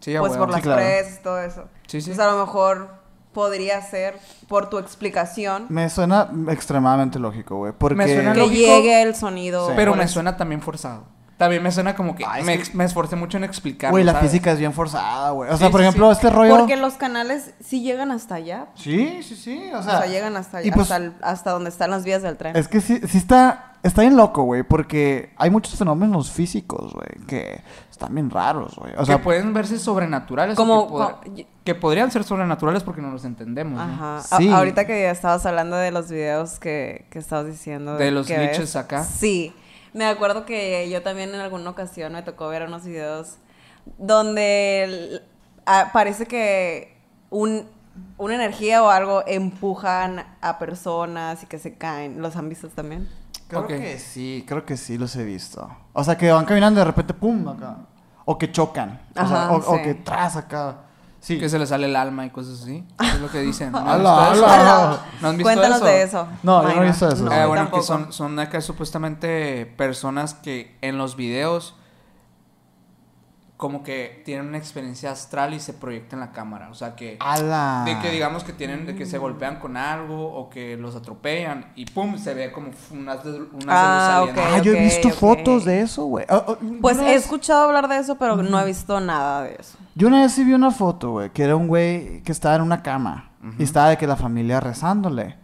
Speaker 3: Sí, a
Speaker 2: pues
Speaker 3: huevo.
Speaker 2: por las
Speaker 1: Sí, claro.
Speaker 2: redes y todo eso.
Speaker 3: Sí, sí.
Speaker 2: Entonces a lo mejor podría ser por tu explicación
Speaker 1: Me suena extremadamente lógico, güey. Porque.
Speaker 3: Me suena
Speaker 2: que
Speaker 3: lógico.
Speaker 2: llegue el sonido.
Speaker 1: Sí.
Speaker 3: Pero
Speaker 2: por
Speaker 3: me
Speaker 2: eso.
Speaker 3: suena también forzado. También me suena como que,
Speaker 1: Ah, es
Speaker 3: me,
Speaker 1: que-
Speaker 3: ex- me esforcé mucho en explicarlo,
Speaker 1: Güey, la
Speaker 3: ¿sabes?
Speaker 1: física es bien forzada, güey. O
Speaker 3: Sí,
Speaker 1: sea, por
Speaker 3: sí,
Speaker 1: ejemplo,
Speaker 3: sí.
Speaker 1: este rollo.
Speaker 2: Porque los canales sí llegan hasta allá.
Speaker 1: Sí, sí, sí. O
Speaker 2: O
Speaker 1: sea,
Speaker 2: sea, llegan hasta,
Speaker 1: y pues-
Speaker 2: hasta, el- hasta donde están las vías del tren.
Speaker 1: Es que sí, sí está, está bien loco, güey, porque hay muchos fenómenos físicos, güey, que están bien raros, güey. O sea,
Speaker 3: que pueden verse sobrenaturales. o
Speaker 2: Como-
Speaker 3: que, pod-
Speaker 2: como-
Speaker 3: que podrían ser sobrenaturales porque no los entendemos. ¿no?
Speaker 2: Ajá.
Speaker 1: Sí.
Speaker 2: A- ahorita que estabas hablando de los videos que, que estabas diciendo.
Speaker 3: De los
Speaker 2: que
Speaker 3: glitches acá.
Speaker 2: Sí. Me acuerdo que yo también en alguna ocasión me tocó ver unos videos donde el- ah, parece que un, una energía o algo empujan a personas y que se caen. ¿Los han visto también?
Speaker 1: creo
Speaker 3: ok.
Speaker 1: que sí, creo que sí los he visto. O sea, que van caminando y de repente, pum, acá. O que chocan. O, sea,
Speaker 2: Ajá,
Speaker 1: o- o
Speaker 2: sí.
Speaker 1: que tras acá. Sí.
Speaker 3: Que se les sale el alma y cosas así. Es lo que dicen. ¿No han
Speaker 1: Ala,
Speaker 3: visto eso?
Speaker 1: ala.
Speaker 3: ¿No han visto
Speaker 2: Cuéntanos
Speaker 3: eso?
Speaker 2: de eso.
Speaker 1: No, yo no he
Speaker 2: Mayra.
Speaker 1: visto eso.
Speaker 2: No,
Speaker 1: Ah,
Speaker 3: Eh,
Speaker 2: yo
Speaker 3: bueno,
Speaker 2: tampoco.
Speaker 3: que son, son acá supuestamente personas que en los videos como que tienen una experiencia astral y se proyecta en la cámara. O sea que
Speaker 1: Ala.
Speaker 3: de que digamos que tienen, de que se golpean con algo o que los atropellan y pum, se ve como f- unas de, unas de luz
Speaker 2: Ah,
Speaker 3: saliendo.
Speaker 1: Ah, yo he
Speaker 2: Ok,
Speaker 1: visto
Speaker 2: ok.
Speaker 1: fotos de eso, güey. Ah, ah,
Speaker 2: Pues
Speaker 1: una
Speaker 2: he
Speaker 1: vez-
Speaker 2: escuchado hablar de eso, pero no he visto nada de eso.
Speaker 1: Yo una vez sí vi una foto, güey, que era un güey que estaba en una cama y estaba de que la familia rezándole.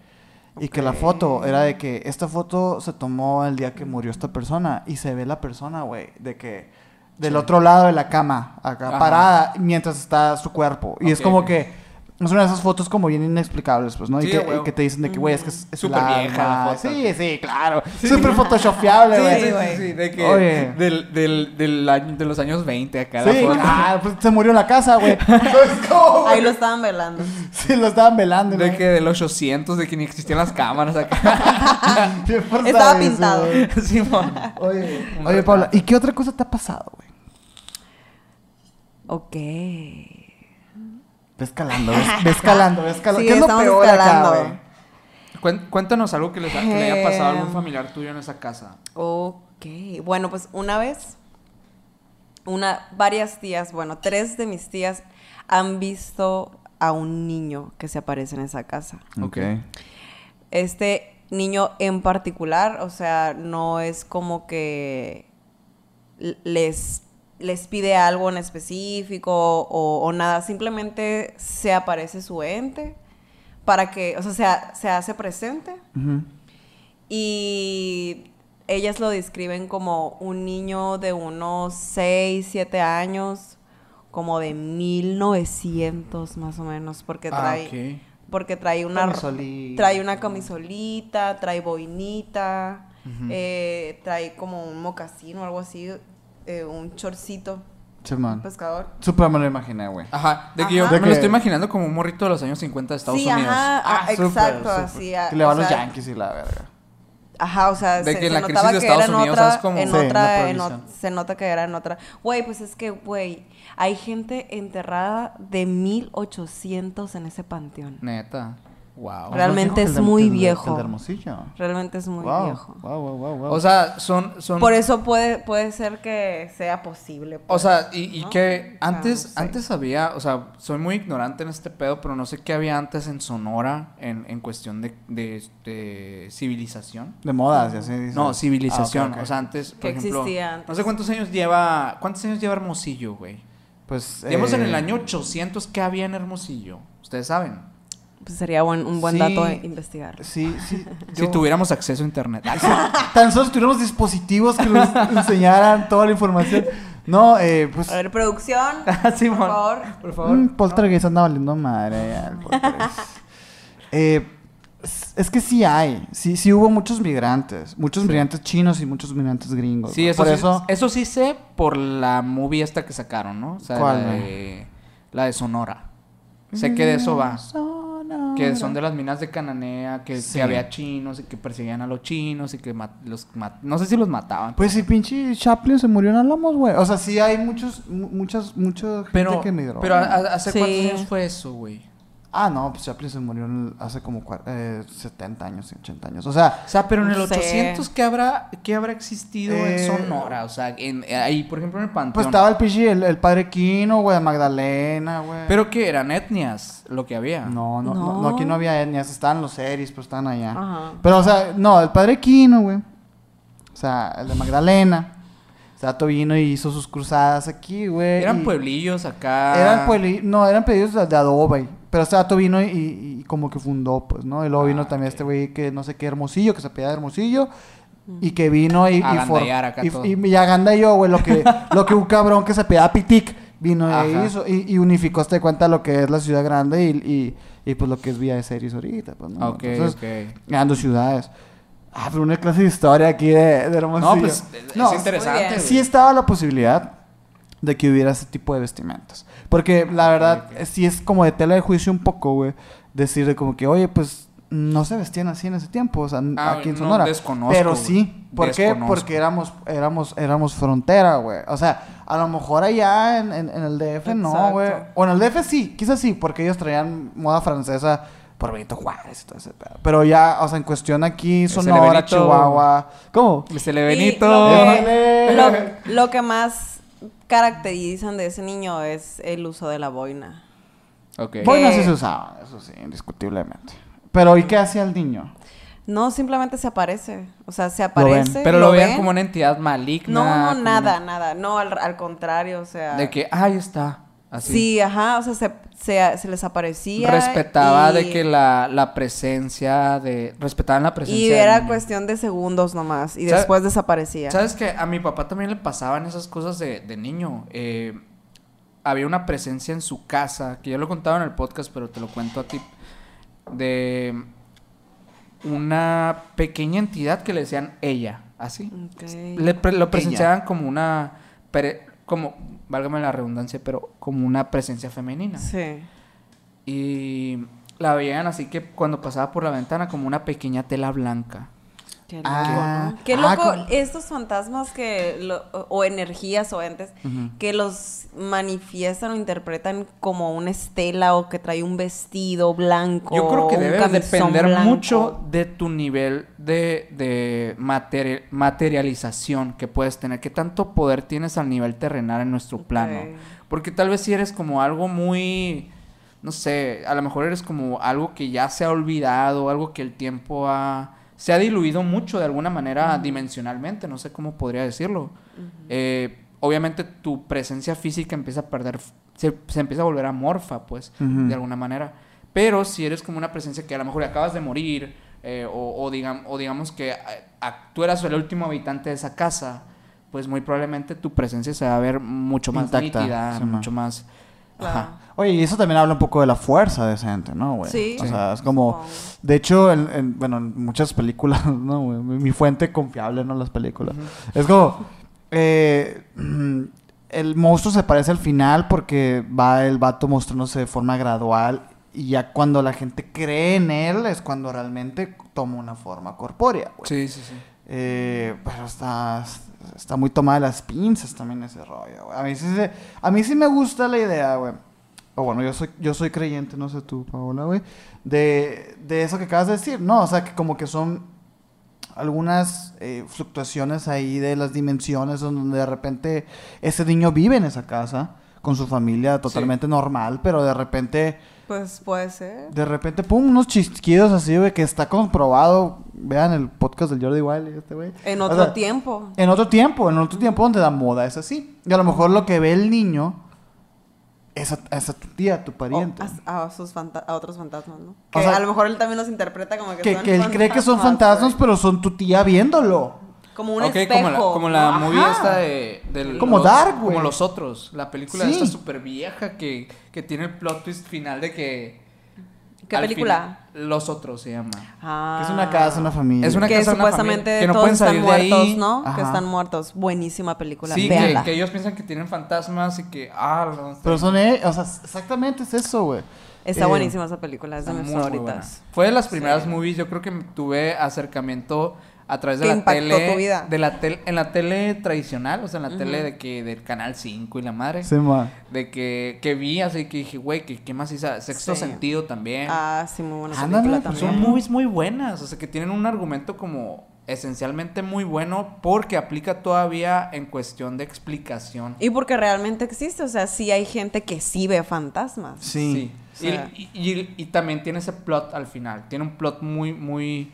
Speaker 1: Y que la foto era de que esta foto se tomó el día que murió esta persona y se ve la persona, güey, de que del otro lado de la cama, acá
Speaker 3: Ajá.
Speaker 1: parada mientras está su cuerpo. Y es
Speaker 3: Ok,
Speaker 1: como
Speaker 3: ok.
Speaker 1: que Es una de esas fotos como bien inexplicables, pues, ¿no?
Speaker 3: Sí,
Speaker 1: y que,
Speaker 3: güey.
Speaker 1: y que te dicen de que, güey, es que es, es
Speaker 3: Súper
Speaker 1: la
Speaker 3: vieja la
Speaker 1: alma.
Speaker 3: foto.
Speaker 1: Sí, sí, claro. Súper photoshopeable, güey.
Speaker 3: sí,
Speaker 1: Sí,
Speaker 3: sí, sí, de que
Speaker 1: Oye.
Speaker 3: del, del, del año- de los años 20 acá. la foto.
Speaker 1: claro. Pues se murió en la casa, güey. Entonces,
Speaker 3: Oh,
Speaker 1: ¿cómo, güey?
Speaker 2: Ahí lo estaban velando.
Speaker 1: Sí, lo estaban velando,
Speaker 3: De
Speaker 1: güey.
Speaker 3: que del 800, de que ni existían las cámaras acá.
Speaker 1: Qué fuerza
Speaker 2: Estaba
Speaker 1: eso,
Speaker 2: pintado.
Speaker 1: güey.
Speaker 3: Simón.
Speaker 1: Oye,
Speaker 3: Un
Speaker 1: oye
Speaker 3: retrato.
Speaker 1: Paula, ¿y qué otra cosa te ha pasado, güey?
Speaker 2: Ok.
Speaker 1: Ve escalando, ves, ve escalando, ve escalando.
Speaker 2: Sí,
Speaker 1: ¿Qué es lo
Speaker 2: estamos
Speaker 1: peor acá,
Speaker 2: escalando.
Speaker 1: güey?
Speaker 3: Cuen- Cuéntanos algo que, les ha- que le haya pasado a algún
Speaker 2: Eh.
Speaker 3: familiar tuyo en esa casa.
Speaker 2: Ok. Bueno, pues una vez, una, varias tías, bueno, tres de mis tías han visto a un niño que se aparece en esa casa.
Speaker 3: Ok.
Speaker 2: Este niño en particular, o sea, no es como que l- les, les pide algo en específico o, o nada, simplemente se aparece su ente para que, o sea, se, ha- se hace presente
Speaker 1: Ujú.
Speaker 2: y ellas lo describen como un niño de unos 6, 7 años, como de 1900 más o menos, porque
Speaker 3: Ah,
Speaker 2: trae...
Speaker 3: ok.
Speaker 2: Porque trae una
Speaker 1: Camisolita.
Speaker 2: trae una camisolita, trae boinita, eh, trae como un mocasín o algo así, eh, un chorcito, un
Speaker 1: Simón.
Speaker 2: pescador.
Speaker 1: Súper me lo imaginé, güey.
Speaker 3: Ajá, de que yo
Speaker 2: Ajá.
Speaker 3: me
Speaker 1: De
Speaker 3: lo
Speaker 1: que-
Speaker 3: estoy imaginando como un morrito de los años 50 de Estados
Speaker 2: sí,
Speaker 3: Unidos.
Speaker 2: ajá,
Speaker 1: Ah,
Speaker 2: ah,
Speaker 1: súper,
Speaker 2: exacto,
Speaker 1: súper.
Speaker 2: así. ah,
Speaker 1: Que le van
Speaker 2: o
Speaker 1: los
Speaker 2: sea,
Speaker 1: Yankees y la verga.
Speaker 2: Ajá, o sea,
Speaker 3: De
Speaker 2: se,
Speaker 3: que
Speaker 2: se
Speaker 3: la crisis
Speaker 2: notaba
Speaker 3: de
Speaker 2: que
Speaker 3: Estados
Speaker 2: era en
Speaker 3: unidos,
Speaker 2: otra,
Speaker 3: ¿sabes cómo?
Speaker 2: en
Speaker 1: Sí,
Speaker 2: otra,
Speaker 1: la
Speaker 2: en
Speaker 1: prohibición.
Speaker 2: ot- se nota que era en otra. Güey, pues es que, güey, hay gente enterrada de 1800 en ese panteón.
Speaker 3: Neta. Wow.
Speaker 1: Más viejo que
Speaker 2: Realmente
Speaker 1: el
Speaker 2: es
Speaker 1: de-
Speaker 2: muy
Speaker 1: que el de- que
Speaker 2: viejo.
Speaker 1: El de Hermosillo.
Speaker 2: Realmente es muy
Speaker 1: wow.
Speaker 2: viejo.
Speaker 1: Wow, wow, wow, wow.
Speaker 3: O sea, son... son
Speaker 2: Por eso puede, puede ser que sea posible.
Speaker 3: O
Speaker 2: pues.
Speaker 3: sea, y, y
Speaker 2: ¿no?
Speaker 3: que
Speaker 2: O sea,
Speaker 3: antes,
Speaker 2: no sé.
Speaker 3: antes había, o sea, soy muy ignorante en este pedo, pero no sé qué había antes en Sonora en, en cuestión de, de, de civilización.
Speaker 1: de modas, ya sé.
Speaker 3: No,
Speaker 1: Ah,
Speaker 3: civilización. O sea, antes, por
Speaker 2: Que
Speaker 3: ejemplo,
Speaker 2: existía antes.
Speaker 3: no sé cuántos años lleva, cuántos años lleva Hermosillo, güey.
Speaker 1: pues.
Speaker 3: Digamos en el
Speaker 1: eh,
Speaker 3: año 800 que había en Hermosillo. Ustedes saben.
Speaker 2: Pues sería buen- un buen
Speaker 1: Sí.
Speaker 2: dato de investigar.
Speaker 1: Sí, sí.
Speaker 3: Si
Speaker 1: yo-
Speaker 3: tuviéramos acceso a internet.
Speaker 1: Tan solo si tuviéramos dispositivos que nos enseñaran toda la información. No, eh, pues.
Speaker 2: A ver, producción, por
Speaker 3: Ah, Simón,
Speaker 2: favor.
Speaker 3: Por favor.
Speaker 1: Mm, poltergeist anda valiendo madre. ya, el poltergeist. Eh, es- es que sí hay. Sí, sí hubo muchos migrantes. Muchos migrantes chinos y muchos migrantes gringos.
Speaker 3: Sí,
Speaker 1: ¿no?
Speaker 3: eso,
Speaker 1: Por
Speaker 3: sí,
Speaker 1: eso.
Speaker 3: eso sí sé por la movie esta que sacaron, ¿no? O sea,
Speaker 1: ¿Cuál,
Speaker 3: La, de, la de Sonora. Sé que de eso va. Que son de las minas de Cananea, que, que
Speaker 1: Sí.
Speaker 3: había chinos y que perseguían a los chinos y que ma- los ma- no sé si los mataban.
Speaker 1: Pues si pinche Chaplin se murió en Alamos, güey. O sea, sí hay muchos, mu- muchas, mucha gente
Speaker 3: pero,
Speaker 1: que migró.
Speaker 3: pero ¿a- a- ¿hace
Speaker 2: Sí.
Speaker 3: cuántos años fue eso, güey?
Speaker 1: Ah, no, pues Chaplin se murió en el- hace como cua- eh, 70 años, 80 años. O sea,
Speaker 3: O sea, pero en el
Speaker 2: No sé.
Speaker 3: 800, ¿qué habrá, qué habrá existido en
Speaker 1: Eh,
Speaker 3: Sonora? O sea, en, ahí, por ejemplo, en el Panteón.
Speaker 1: pues estaba el pinche, el, el padre Quino, güey, Magdalena, güey.
Speaker 3: Pero que eran etnias lo que había.
Speaker 1: No, no, no,
Speaker 2: No. Ah.
Speaker 1: no, aquí no había etnias, estaban los series, pues estaban allá.
Speaker 2: Ajá.
Speaker 1: Pero, o sea, no, el padre Quino, güey. O sea, el de Magdalena. O sea, Tobino hizo sus cruzadas aquí, güey.
Speaker 3: Eran
Speaker 1: y-
Speaker 3: pueblillos acá.
Speaker 1: Eran puebli- no, eran pedidos de, de adobe. Pero o sea, Tato vino y, y- y como que fundó, pues, ¿no? Y luego vino
Speaker 3: Ah,
Speaker 1: también
Speaker 3: ok.
Speaker 1: este güey que no sé qué, Hermosillo, que se pedía de Hermosillo. Y que vino y... y
Speaker 3: A
Speaker 1: for-
Speaker 3: gandallar acá
Speaker 1: y,
Speaker 3: todo.
Speaker 1: y- y agandalló, güey, lo que, lo que un cabrón que se pedía Pitic vino
Speaker 3: Ajá.
Speaker 1: y hizo. Y, y unificó, hasta de cuenta, lo que es la ciudad grande y, y, y, pues lo que es Vía de Series ahorita, pues, ¿no?
Speaker 3: Ah, Ok,
Speaker 1: Entonces,
Speaker 3: ok.
Speaker 1: ganando ciudades. Ah, pero una clase de historia aquí de, de Hermosillo.
Speaker 3: No, pues es
Speaker 1: No,
Speaker 3: interesante.
Speaker 2: muy bien.
Speaker 3: güey.
Speaker 1: Sí estaba la posibilidad de que hubiera ese tipo de vestimentas. Porque la verdad,
Speaker 3: ok.
Speaker 1: sí es como de tela de juicio un poco, güey. Decir de como que, oye, pues no se vestían así en ese tiempo, o sea, n-
Speaker 3: Ah,
Speaker 1: aquí en
Speaker 3: no,
Speaker 1: Sonora.
Speaker 3: desconozco,
Speaker 1: Pero
Speaker 3: güey.
Speaker 1: sí, ¿por qué?
Speaker 3: Desconozco.
Speaker 1: Porque éramos, éramos, éramos frontera, güey. O sea, a lo mejor allá en, en- en el DF no,
Speaker 2: Exacto.
Speaker 1: güey. O en el DF sí, quizás sí, porque ellos traían moda francesa por Benito Juárez y todo ese pedo. Pero ya, o sea, en cuestión aquí,
Speaker 3: Es el
Speaker 1: Sonora,
Speaker 3: Benito.
Speaker 1: Chihuahua. ¿Cómo?
Speaker 3: Se le
Speaker 2: Y
Speaker 3: Benito.
Speaker 2: lo que- Lo,
Speaker 1: Órale.
Speaker 2: lo que más caracterizan de ese niño es el uso de la boina.
Speaker 3: Ok.
Speaker 2: Voy-
Speaker 1: Boina
Speaker 2: Que-
Speaker 1: sí se usaba, eso sí, indiscutiblemente. Pero ¿y qué hacía el niño?
Speaker 2: No, simplemente se aparece. O sea, se aparece.
Speaker 3: Pero lo, vean
Speaker 2: ven.
Speaker 3: como una entidad maligna.
Speaker 2: No, no,
Speaker 3: como
Speaker 2: nada,
Speaker 3: una-
Speaker 2: nada. No, al, al contrario, o sea.
Speaker 3: De que, ah, ahí está. Así.
Speaker 2: Sí, ajá, o sea, se, se, se les aparecía.
Speaker 3: Respetaba
Speaker 2: y-
Speaker 3: de que la, la presencia de... Respetaban la presencia
Speaker 2: Y
Speaker 3: del
Speaker 2: era
Speaker 3: niño.
Speaker 2: cuestión de segundos nomás. Y
Speaker 3: ¿Sabe-
Speaker 2: después desaparecía.
Speaker 3: ¿Sabes que A mi papá también le pasaban esas cosas de, de niño. Eh, había una presencia en su casa, que yo lo contaba en el podcast, pero te lo cuento a ti, de una pequeña entidad que le decían ella, así.
Speaker 2: Ok.
Speaker 3: Le pre- lo presenciaban como una, pere- como, válgame la redundancia, pero como una presencia femenina.
Speaker 2: Sí.
Speaker 3: Y la veían así que cuando pasaba por la ventana como una pequeña tela blanca.
Speaker 2: Qué loco.
Speaker 1: Ah,
Speaker 2: ¿no? Qué
Speaker 1: ah,
Speaker 2: loco
Speaker 1: con-
Speaker 2: estos fantasmas que lo- o- o energías o entes que los manifiestan o interpretan como una estela o que trae un vestido blanco.
Speaker 3: Yo creo que
Speaker 2: un
Speaker 3: debe
Speaker 2: camisón
Speaker 3: depender
Speaker 2: blanco.
Speaker 3: mucho de tu nivel de, de materi- materialización que puedes tener. ¿Qué tanto poder tienes al nivel terrenal en nuestro plano?
Speaker 2: Ok.
Speaker 3: Porque tal vez si eres como algo muy, no sé, a lo mejor eres como algo que ya se ha olvidado, algo que el tiempo ha... Se ha diluido mucho de alguna manera dimensionalmente, no sé cómo podría decirlo. Eh, obviamente tu presencia física empieza a perder, f- se, se empieza a volver amorfa, pues,
Speaker 1: Ujú.
Speaker 3: de alguna manera. Pero si eres como una presencia que a lo mejor acabas de morir, eh, o, o digam- o digamos que eh, a- tú eras el último habitante de esa casa, pues muy probablemente tu presencia se va a ver mucho más
Speaker 1: Intacta,
Speaker 3: nítida,
Speaker 1: sí, ma.
Speaker 3: mucho más... Ajá.
Speaker 1: Oye, y eso también habla un poco de la fuerza de esa gente, ¿no, güey?
Speaker 2: Sí.
Speaker 1: O
Speaker 2: Sí.
Speaker 1: sea, es como...
Speaker 2: Supongo.
Speaker 1: De hecho, en, en- bueno, en muchas películas, ¿no, güey? Mi, mi fuente confiable, ¿no? Las películas. Es como... eh, mm, el monstruo se parece al final porque va el vato mostrándose de forma gradual y ya cuando la gente cree en él es cuando realmente toma una forma corpórea, güey.
Speaker 3: Sí, sí, sí.
Speaker 1: Eh, pero está, está muy tomada de las pinzas también ese rollo, güey. A mí sí, se- a mí sí me gusta la idea, güey. O bueno, yo soy, yo soy creyente, no sé tú, Paola, güey. De, de eso que acabas de decir, ¿no? O sea, que como que son algunas eh, fluctuaciones ahí de las dimensiones donde de repente ese niño vive en esa casa con su familia totalmente normal, pero de repente...
Speaker 2: Pues puede ser.
Speaker 1: De repente, pum, unos chisquidos así, güey, que está comprobado. Vean el podcast del Jordi Wiley, este güey.
Speaker 2: En
Speaker 1: O
Speaker 2: otro
Speaker 1: sea,
Speaker 2: tiempo.
Speaker 1: En otro tiempo, en otro tiempo donde la moda es así. Y a lo mejor lo que ve el niño es a, es a tu tía, a tu pariente.
Speaker 2: O a, a sus fanta- a otros fantasmas, ¿no? Que
Speaker 1: sea,
Speaker 2: a lo mejor él también los interpreta como que,
Speaker 1: que,
Speaker 2: son
Speaker 1: que él cree que son fantasmas, pues
Speaker 2: güey.
Speaker 1: pero son tu tía viéndolo.
Speaker 2: Como un
Speaker 3: Ok,
Speaker 2: espejo.
Speaker 3: como la, como la
Speaker 1: Ajá.
Speaker 3: movie esta de... de
Speaker 1: Como
Speaker 3: los-
Speaker 1: Dark, güey.
Speaker 3: Como los otros. La película
Speaker 1: Sí.
Speaker 3: esta súper vieja que, que tiene el plot twist final de que...
Speaker 2: ¿Qué
Speaker 3: al
Speaker 2: película?
Speaker 3: final- los otros se llama.
Speaker 2: Ah.
Speaker 1: Que es una casa, una familia.
Speaker 3: Es una-
Speaker 2: que
Speaker 3: casa,
Speaker 2: supuestamente
Speaker 3: familia, que no
Speaker 2: todos
Speaker 3: pueden
Speaker 2: están
Speaker 3: salir de ahí.
Speaker 2: muertos, ¿no?
Speaker 1: Ajá.
Speaker 2: Que están muertos. Buenísima película.
Speaker 3: Sí, que,
Speaker 2: Véanla.
Speaker 3: que ellos piensan que tienen fantasmas y que. Ah, no, está-
Speaker 1: Pero son, e- o sea, exactamente es eso, güey.
Speaker 2: Está
Speaker 1: Eh,
Speaker 2: buenísima esa película, es de
Speaker 3: está
Speaker 2: mis
Speaker 3: muy, muy
Speaker 2: favoritas.
Speaker 3: buena. Fue de las primeras movies, yo creo que tuve acercamiento a través de
Speaker 2: Que
Speaker 3: la
Speaker 2: impactó
Speaker 3: tele.
Speaker 2: tu vida.
Speaker 3: De la tele, en la tele tradicional, o sea, en la tele de que del canal 5 y la madre.
Speaker 1: Sí, ma.
Speaker 3: De que, que vi así que dije, güey, que qué más hizo? Sexto
Speaker 2: Sí.
Speaker 3: sentido también.
Speaker 2: Ah, sí, muy buena
Speaker 1: Ándale,
Speaker 2: película
Speaker 1: pues,
Speaker 2: también.
Speaker 3: Son movies muy buenas, o sea, que tienen un argumento como esencialmente muy bueno porque aplica todavía en cuestión de explicación.
Speaker 2: Y porque realmente existe, o sea, sí hay gente que sí ve fantasmas.
Speaker 1: Sí.
Speaker 3: Sí.
Speaker 2: O sea-
Speaker 3: Y, y- y- y también tiene ese plot al final. Tiene un plot muy, muy,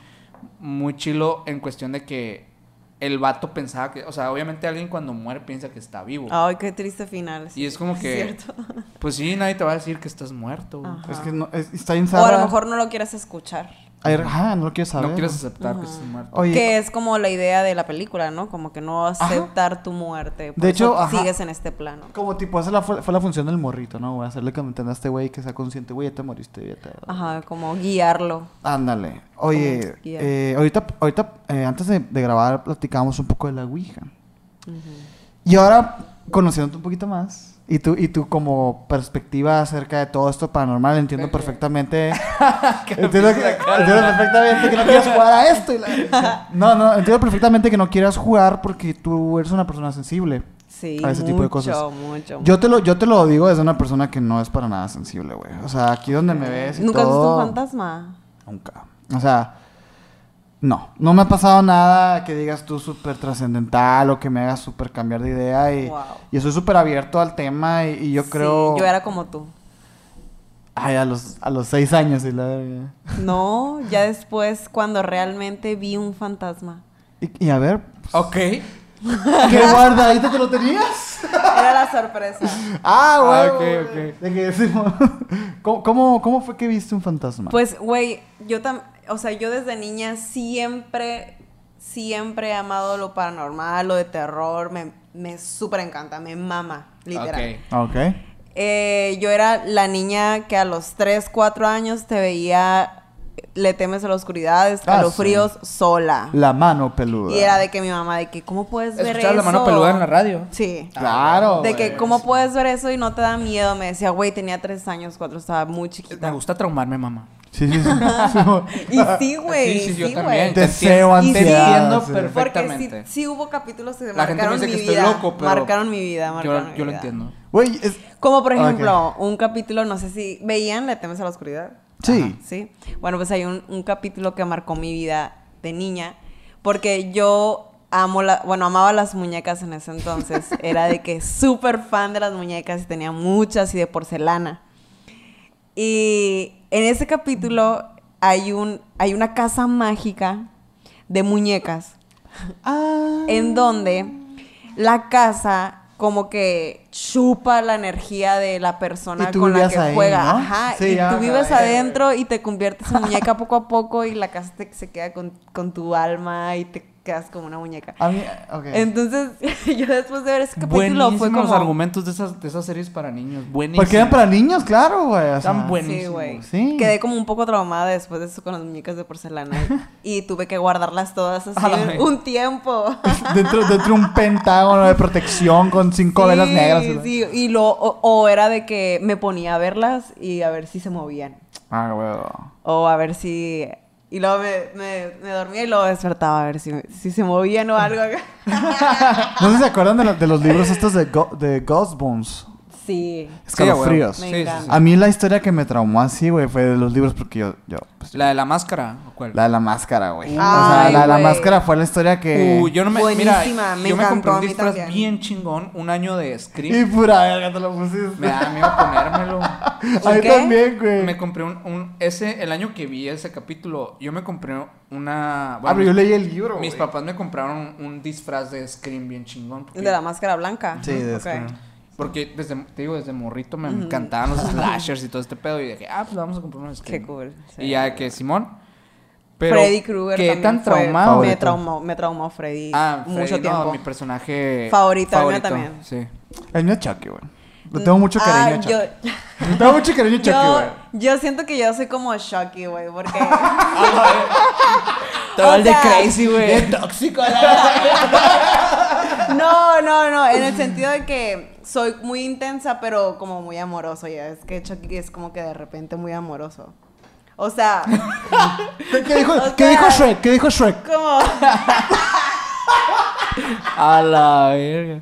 Speaker 3: muy chilo en cuestión de que el vato pensaba que. O sea, obviamente alguien cuando muere piensa que está vivo.
Speaker 2: Ay, qué triste final. sí,
Speaker 3: y es como que.
Speaker 2: cierto.
Speaker 3: Pues sí, nadie te va a decir que estás muerto. güey.
Speaker 2: Ajá.
Speaker 1: Es que no, es- está bien
Speaker 2: O a
Speaker 1: sabrá-
Speaker 2: lo mejor no lo quieras escuchar.
Speaker 1: Ay, Ajá, no lo quieres saber.
Speaker 3: No quieres aceptar que estás muerto.
Speaker 1: Oye,
Speaker 2: Que es como la idea de la película, ¿no? Como que no aceptar tu muerte. Por
Speaker 1: De
Speaker 2: eso
Speaker 1: hecho, ajá.
Speaker 2: sigues en este plano.
Speaker 1: Como tipo, esa la fu- fue la función del morrito, ¿no? güey? Hacerle comentar a este güey que sea consciente, güey, ya te moriste, ya te...
Speaker 2: Ajá, como guiarlo.
Speaker 1: Ándale. Oye,
Speaker 2: Como guía.
Speaker 1: eh, ahorita, ahorita eh, antes de, de grabar platicábamos un poco de la Ouija. Y ahora, conociéndote un poquito más, y tú, y tú como perspectiva acerca de todo esto paranormal, entiendo perfectamente... entiendo, que- entiendo perfectamente que no quieras jugar a esto. y la- no, no, entiendo perfectamente que no quieras jugar porque tú eres una persona sensible.
Speaker 2: Sí,
Speaker 1: A ese
Speaker 2: mucho,
Speaker 1: tipo de cosas.
Speaker 2: mucho,
Speaker 1: Yo te lo, yo te lo digo desde una persona que no es para nada sensible, güey. O sea, aquí donde me ves y
Speaker 2: ¿Nunca has visto
Speaker 1: todo-
Speaker 2: un fantasma?
Speaker 1: Nunca. O sea, no. No me ha pasado nada que digas tú súper trascendental o que me hagas súper cambiar de idea. Y,
Speaker 2: Wow.
Speaker 1: y soy súper abierto al tema y, y yo
Speaker 2: Sí,
Speaker 1: creo...
Speaker 2: yo era como tú.
Speaker 1: Ay, a los, a los seis años y la... verga.
Speaker 2: No, ya después cuando realmente vi un fantasma.
Speaker 1: Y, y a ver,
Speaker 3: Ok.
Speaker 1: ¿qué guardadito te lo tenías?
Speaker 2: Era la sorpresa.
Speaker 1: Ah, güey.
Speaker 3: Ah, ok,
Speaker 1: güey,
Speaker 3: ok.
Speaker 1: güey. De que decimos... ¿Cómo, cómo, cómo fue que viste un fantasma?
Speaker 2: Pues, güey, yo tam, o sea, yo desde niña siempre, siempre he amado lo paranormal, lo de terror, me, me súper encanta, me mama, literal.
Speaker 3: Ok.
Speaker 1: Ok.
Speaker 2: Eh, yo era la niña que a los 3, 4 años te veía, le temes a la oscuridad,
Speaker 1: Ah,
Speaker 2: escalofríos, sola.
Speaker 1: La mano peluda.
Speaker 2: Y era de que mi mamá, de que, ¿cómo puedes Pues ver eso?
Speaker 3: Escuchaba la mano peluda en la radio. Ah,
Speaker 2: Sí.
Speaker 1: Claro.
Speaker 2: De que,
Speaker 1: güey.
Speaker 2: ¿cómo puedes ver eso y no te da miedo? Me decía, güey, tenía tres años, cuatro, estaba
Speaker 3: Me
Speaker 2: muy chiquita.
Speaker 3: gusta traumarme, mamá.
Speaker 1: Sí, sí, sí. Sí, güey.
Speaker 2: Y sí, güey.
Speaker 3: sí, sí, yo
Speaker 2: güey.
Speaker 3: también.
Speaker 1: Deseo,
Speaker 3: te
Speaker 1: ansiedad,
Speaker 3: entiendo
Speaker 1: sí.
Speaker 2: Porque sí,
Speaker 3: perfectamente.
Speaker 2: sí hubo capítulos que
Speaker 3: La gente me
Speaker 2: marcaron
Speaker 3: dice
Speaker 2: mi
Speaker 3: que
Speaker 2: vida.
Speaker 3: estoy loco, pero
Speaker 2: Marcaron mi vida, marcaron
Speaker 3: yo,
Speaker 2: mi
Speaker 3: yo lo
Speaker 2: vida.
Speaker 3: entiendo.
Speaker 1: Güey, es...
Speaker 2: Como por
Speaker 1: Ok.
Speaker 2: ejemplo, un capítulo, no sé si veían Le temes a la oscuridad.
Speaker 1: Sí.
Speaker 2: Ajá, sí. Bueno, pues hay un, un capítulo que marcó mi vida de niña, porque yo amo la, bueno, amaba las muñecas en ese entonces. Era de que súper fan de las muñecas y tenía muchas y de porcelana. Y en ese capítulo hay un hay una casa mágica de muñecas
Speaker 1: Ah.
Speaker 2: en donde la casa como que chupa la energía de la persona
Speaker 1: Y tú
Speaker 2: con la
Speaker 1: vivías
Speaker 2: que
Speaker 1: ahí,
Speaker 2: juega.
Speaker 1: ¿no?
Speaker 2: Ajá,
Speaker 1: Sí,
Speaker 2: y
Speaker 1: ajá,
Speaker 2: tú vives
Speaker 1: ya, ya, ya.
Speaker 2: adentro y te conviertes en muñeca poco a poco y la casa te- se queda con, con tu alma y te quedas como una muñeca.
Speaker 1: A mí, Ah, ok.
Speaker 2: Entonces, yo después de ver ese capítulo
Speaker 3: Buenísimos
Speaker 2: pues, fue como...
Speaker 3: los argumentos de esas, de esas series para niños. Buenísimos.
Speaker 1: Porque eran para niños, claro, güey. o
Speaker 3: Tan
Speaker 1: sea.
Speaker 3: buen-
Speaker 2: Sí, güey.
Speaker 3: buenísimos,
Speaker 1: sí.
Speaker 2: Quedé como un poco traumada después de eso con las muñecas de porcelana. y tuve que guardarlas todas así
Speaker 3: A la vez.
Speaker 2: un tiempo.
Speaker 1: dentro, dentro de un pentágono de protección con cinco
Speaker 2: Sí,
Speaker 1: velas negras. y la-
Speaker 2: Sí, y lo, o, o era de que me ponía a verlas y a ver si se movían.
Speaker 1: Ah, güey.
Speaker 2: O a ver si. Y luego me, me- me dormía y luego despertaba a ver si, si se movían o algo.
Speaker 1: No sé si se acuerdan de, la- de los libros estos de, Go- de Ghost Bones.
Speaker 2: sí.
Speaker 1: Escalofríos.
Speaker 2: Me
Speaker 3: Sí, sí, sí.
Speaker 2: encanta.
Speaker 1: A mí la historia que me traumó así, güey, fue de los libros porque yo... yo pues,
Speaker 3: La de la máscara. ¿o cuál?
Speaker 1: la de la máscara, güey. o sea,
Speaker 2: Ay,
Speaker 1: la de la
Speaker 2: güey.
Speaker 1: máscara fue la historia que...
Speaker 3: Uh, yo no me, mira,
Speaker 2: Buenísima, me
Speaker 3: yo me compré
Speaker 2: encantó a
Speaker 3: un
Speaker 2: mí
Speaker 3: disfraz
Speaker 2: también.
Speaker 3: bien chingón, un año de
Speaker 1: Y
Speaker 3: Scream.
Speaker 1: pura verga te lo pusiste.
Speaker 3: Me da miedo ponérmelo.
Speaker 1: A mí
Speaker 2: ¿Qué?
Speaker 1: también, güey.
Speaker 3: Me compré un, un- ese el año que vi ese capítulo, yo me compré una
Speaker 1: ah, pero yo leí el libro,
Speaker 3: mis
Speaker 1: güey.
Speaker 3: papás me compraron un, un disfraz de Scream bien chingón. porque-
Speaker 2: El de la máscara blanca.
Speaker 1: Sí, de
Speaker 2: Ok.
Speaker 1: Scream.
Speaker 3: Porque desde, te digo, desde morrito me encantaban los slashers y todo este pedo. Y dije, ah, pues vamos a comprar unos
Speaker 2: Qué
Speaker 3: Scream.
Speaker 2: cool. sí.
Speaker 3: Y ya que Simón. Pero
Speaker 2: Freddy Krueger.
Speaker 3: Qué
Speaker 2: también
Speaker 3: tan
Speaker 2: fue-
Speaker 3: traumado.
Speaker 2: Me
Speaker 1: Favorito.
Speaker 2: traumó, me traumó Freddy
Speaker 3: Ah, Freddy,
Speaker 2: mucho
Speaker 3: no,
Speaker 2: tiempo.
Speaker 3: mi personaje
Speaker 2: Favorito, el mío también.
Speaker 3: Sí.
Speaker 1: El mío es Chucky, güey. Le tengo mucho cariño a
Speaker 2: Ah,
Speaker 1: Chucky.
Speaker 2: yo,
Speaker 1: Le tengo mucho cariño a Chucky,
Speaker 2: yo,
Speaker 1: güey.
Speaker 2: yo siento que yo soy como Shocky, güey, porque.
Speaker 3: Todo el de
Speaker 2: sea,
Speaker 3: Crazy, güey.
Speaker 1: tóxico.
Speaker 2: No, no, no, en el sentido de que soy muy intensa, pero como muy amoroso, ya es que Chucky es como que de repente muy amoroso. O sea,
Speaker 1: ¿Qué, qué dijo,
Speaker 2: O
Speaker 1: ¿Qué dijo
Speaker 2: sea-
Speaker 1: Shrek? ¿Qué dijo Shrek?
Speaker 2: como
Speaker 3: A la verga.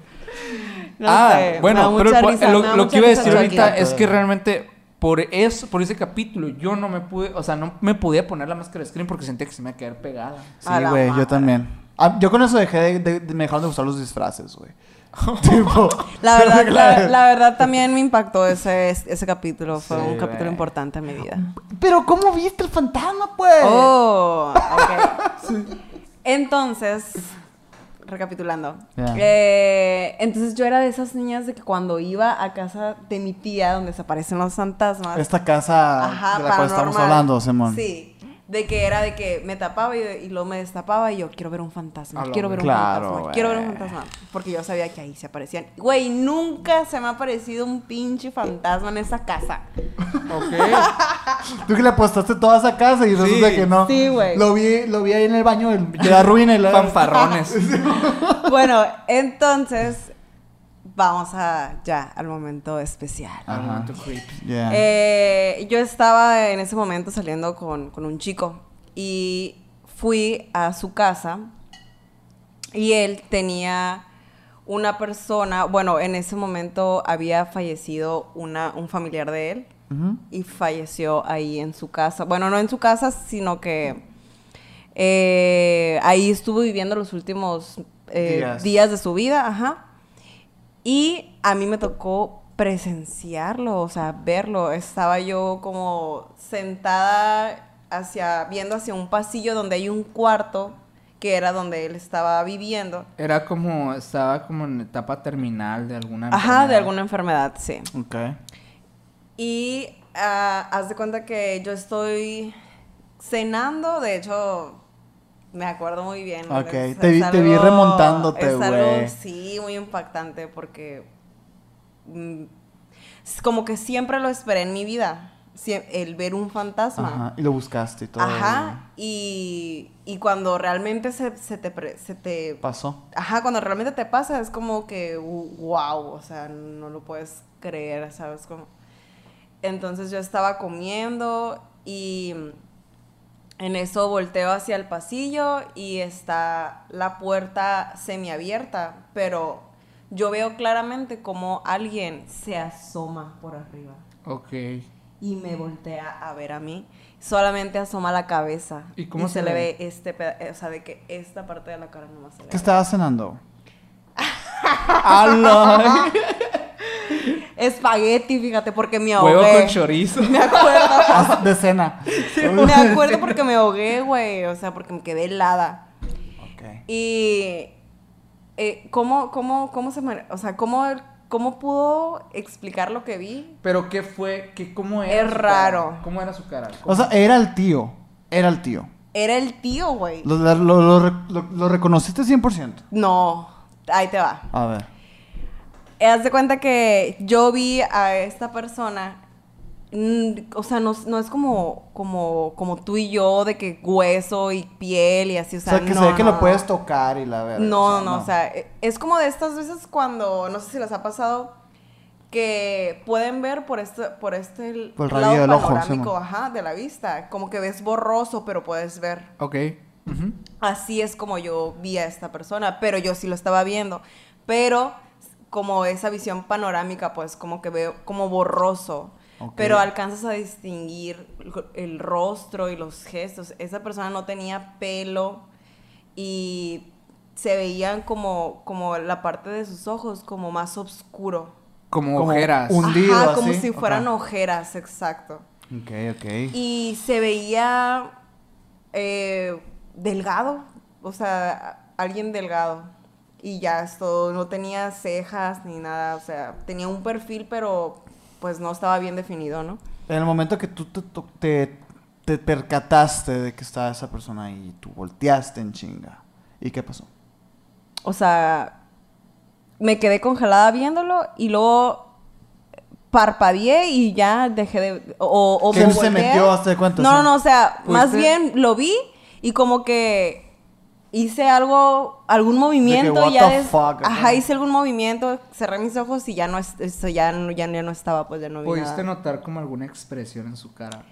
Speaker 2: no
Speaker 3: ah,
Speaker 2: sé, me da
Speaker 3: bueno, pero
Speaker 2: mucha
Speaker 3: el po-
Speaker 2: risa, me
Speaker 3: lo,
Speaker 2: da
Speaker 3: lo
Speaker 2: mucha
Speaker 3: que iba a
Speaker 2: risa
Speaker 3: decir
Speaker 2: Chucky.
Speaker 3: ahorita es que realmente por eso, por ese capítulo, yo no me pude, o sea, no me podía poner la máscara de Scream porque sentía que se me iba a quedar pegada.
Speaker 1: Sí,
Speaker 2: A la
Speaker 1: güey, yo
Speaker 2: madre.
Speaker 1: también. Ah, yo con eso dejé de, de- de- me dejaron de gustar los disfraces, güey. tipo,
Speaker 2: La verdad, la,
Speaker 1: claro.
Speaker 2: la verdad también me impactó ese, ese capítulo, fue
Speaker 1: Sí,
Speaker 2: un capítulo
Speaker 1: güey.
Speaker 2: importante en mi vida.
Speaker 1: Pero ¿cómo viste el fantasma, pues?
Speaker 2: Oh, ok. Entonces, recapitulando.
Speaker 1: Ya.
Speaker 2: eh, entonces yo era de esas niñas de que cuando iba a casa de mi tía donde se aparecen los fantasmas.
Speaker 1: Esta casa
Speaker 2: Ajá,
Speaker 1: de la cual estamos
Speaker 2: paranormal.
Speaker 1: hablando, Simón.
Speaker 2: Sí. De que era de que me tapaba y, y luego me destapaba y yo quiero ver un fantasma,
Speaker 3: A la
Speaker 2: quiero ver un
Speaker 1: verga.
Speaker 2: fantasma,
Speaker 1: Claro,
Speaker 2: quiero ver un
Speaker 1: güey.
Speaker 2: fantasma. Porque yo sabía que ahí se aparecían. Güey, nunca se me ha aparecido un pinche fantasma en esa casa.
Speaker 3: Ok.
Speaker 1: Tú que le apostaste toda esa casa y resulta que no.
Speaker 2: sí, güey.
Speaker 1: Lo vi, lo vi ahí en el baño del- de la ruina y la...
Speaker 3: Fanfarrones.
Speaker 2: bueno, entonces vamos a ya al momento especial.
Speaker 1: Ajá.
Speaker 3: Al momento creepy.
Speaker 1: Yeah.
Speaker 2: Eh, yo estaba en ese momento saliendo con, con un chico y fui a su casa y él tenía una persona, bueno, en ese momento había fallecido una, un familiar de él
Speaker 1: Ujú.
Speaker 2: y falleció ahí en su casa. Bueno, no en su casa, sino que eh, ahí estuvo viviendo los últimos eh,
Speaker 1: Días.
Speaker 2: días. de su vida, ajá. Y a mí me tocó presenciarlo, o sea, verlo. Estaba yo como sentada hacia, viendo hacia un pasillo donde hay un cuarto que era donde él estaba viviendo.
Speaker 3: Era como, estaba como en etapa terminal de alguna
Speaker 2: Ajá, de
Speaker 3: enfermedad.
Speaker 2: alguna enfermedad, sí.
Speaker 1: Ok.
Speaker 2: Y ah, haz de cuenta que yo estoy cenando, de hecho, me acuerdo muy bien.
Speaker 1: Ok,
Speaker 2: es-
Speaker 1: te vi-
Speaker 2: es
Speaker 1: te vi
Speaker 2: algo-
Speaker 1: remontándote,
Speaker 2: es algo,
Speaker 1: güey.
Speaker 2: Sí, muy impactante porque mm, s- como que siempre lo esperé en mi vida, sie- el ver un fantasma.
Speaker 1: Ajá. Y lo buscaste y todo.
Speaker 2: Ajá, y, y cuando realmente se, se te... pre- se te
Speaker 1: Pasó.
Speaker 2: ajá, cuando realmente te pasa es como que, wow, o sea, no lo puedes creer, ¿sabes? Como... Entonces yo estaba comiendo y en eso volteo hacia el pasillo y está la puerta semiabierta, pero yo veo claramente como alguien se asoma por arriba
Speaker 3: Ok.
Speaker 2: y me voltea a ver a mí. Solamente asoma la cabeza.
Speaker 3: ¿Y cómo
Speaker 2: se,
Speaker 3: se
Speaker 2: le
Speaker 3: ve?
Speaker 2: ve este peda- eh, o sea, de que esta parte de la cara nomás se le
Speaker 1: ¿Qué
Speaker 2: ve.
Speaker 1: estabas cenando?
Speaker 3: ¡Ala!
Speaker 2: Espagueti, fíjate, porque me
Speaker 3: Huevo con
Speaker 2: ahogué.
Speaker 3: chorizo.
Speaker 2: Me acuerdo.
Speaker 1: Ah, De cena.
Speaker 2: me acuerdo porque me ahogué, güey. O sea, porque me quedé helada.
Speaker 1: Ok.
Speaker 2: Y eh, ¿cómo, cómo, cómo se me, o sea, cómo, cómo pudo explicar lo que vi?
Speaker 3: Pero ¿qué fue? ¿Qué, ¿Cómo era?
Speaker 2: Es
Speaker 3: su cara?
Speaker 2: raro.
Speaker 3: ¿Cómo era su cara? ¿Cómo-
Speaker 1: O sea, era el tío. Era el tío.
Speaker 2: Era el tío, güey.
Speaker 1: Lo, lo- lo- lo- lo- lo reconociste 100%.
Speaker 2: No, ahí te va.
Speaker 1: A ver.
Speaker 2: Eh, Haz de cuenta que yo vi a esta persona. mm, O sea, no, no es como, como, como tú y yo, de que hueso y piel y así. O
Speaker 1: O
Speaker 2: sea,
Speaker 1: sea, que
Speaker 2: no,
Speaker 1: se ve que
Speaker 2: no,
Speaker 1: lo
Speaker 2: no.
Speaker 1: puedes tocar y la verdad.
Speaker 2: No, no, no, o sea, eh, es como de estas veces cuando, no sé si les ha pasado, que pueden ver por este, por este
Speaker 1: Por el rabillo del ojo,
Speaker 2: panorámico,
Speaker 1: sí, mo.
Speaker 2: ajá, de la vista, como que ves borroso, pero puedes ver.
Speaker 3: Ok. Ujú.
Speaker 2: Así es como yo vi a esta persona, pero yo sí lo estaba viendo, pero como esa visión panorámica, pues como que veo como borroso.
Speaker 1: Ok.
Speaker 2: Pero alcanzas a distinguir el rostro y los gestos. Esa persona no tenía pelo y se veían como, como la parte de sus ojos como más oscuro.
Speaker 3: Como,
Speaker 1: Como
Speaker 3: ojeras.
Speaker 1: un- Hundido,
Speaker 2: Ajá, como
Speaker 1: así,
Speaker 2: si fueran
Speaker 1: ok.
Speaker 2: ojeras, exacto.
Speaker 1: Ok, ok.
Speaker 2: Y se veía eh, delgado, o sea, alguien delgado. Y ya esto, no tenía cejas ni nada, o sea, tenía un perfil, pero pues no estaba bien definido, ¿no?
Speaker 1: En el momento que tú te, to- te, te percataste de que estaba esa persona ahí, tú volteaste en chinga. ¿Y qué pasó?
Speaker 2: O sea, me quedé congelada viéndolo y luego parpadeé y ya dejé de... O, o
Speaker 1: Que
Speaker 2: me
Speaker 1: se
Speaker 2: volteé.
Speaker 1: metió, hazte de cuenta,
Speaker 2: No,
Speaker 1: sí.
Speaker 2: no, no, o sea, más
Speaker 3: Fuiste-
Speaker 2: bien lo vi y como que hice algo, algún movimiento
Speaker 1: what
Speaker 2: y ya...
Speaker 1: the
Speaker 2: des-
Speaker 1: fuck,
Speaker 2: Ajá,
Speaker 1: ¿no?
Speaker 2: hice algún movimiento, cerré mis ojos y ya no, es- eso ya, no- ya, ya no estaba, pues ya no vi
Speaker 3: ¿Pudiste
Speaker 2: nada.
Speaker 3: notar como alguna expresión en su cara?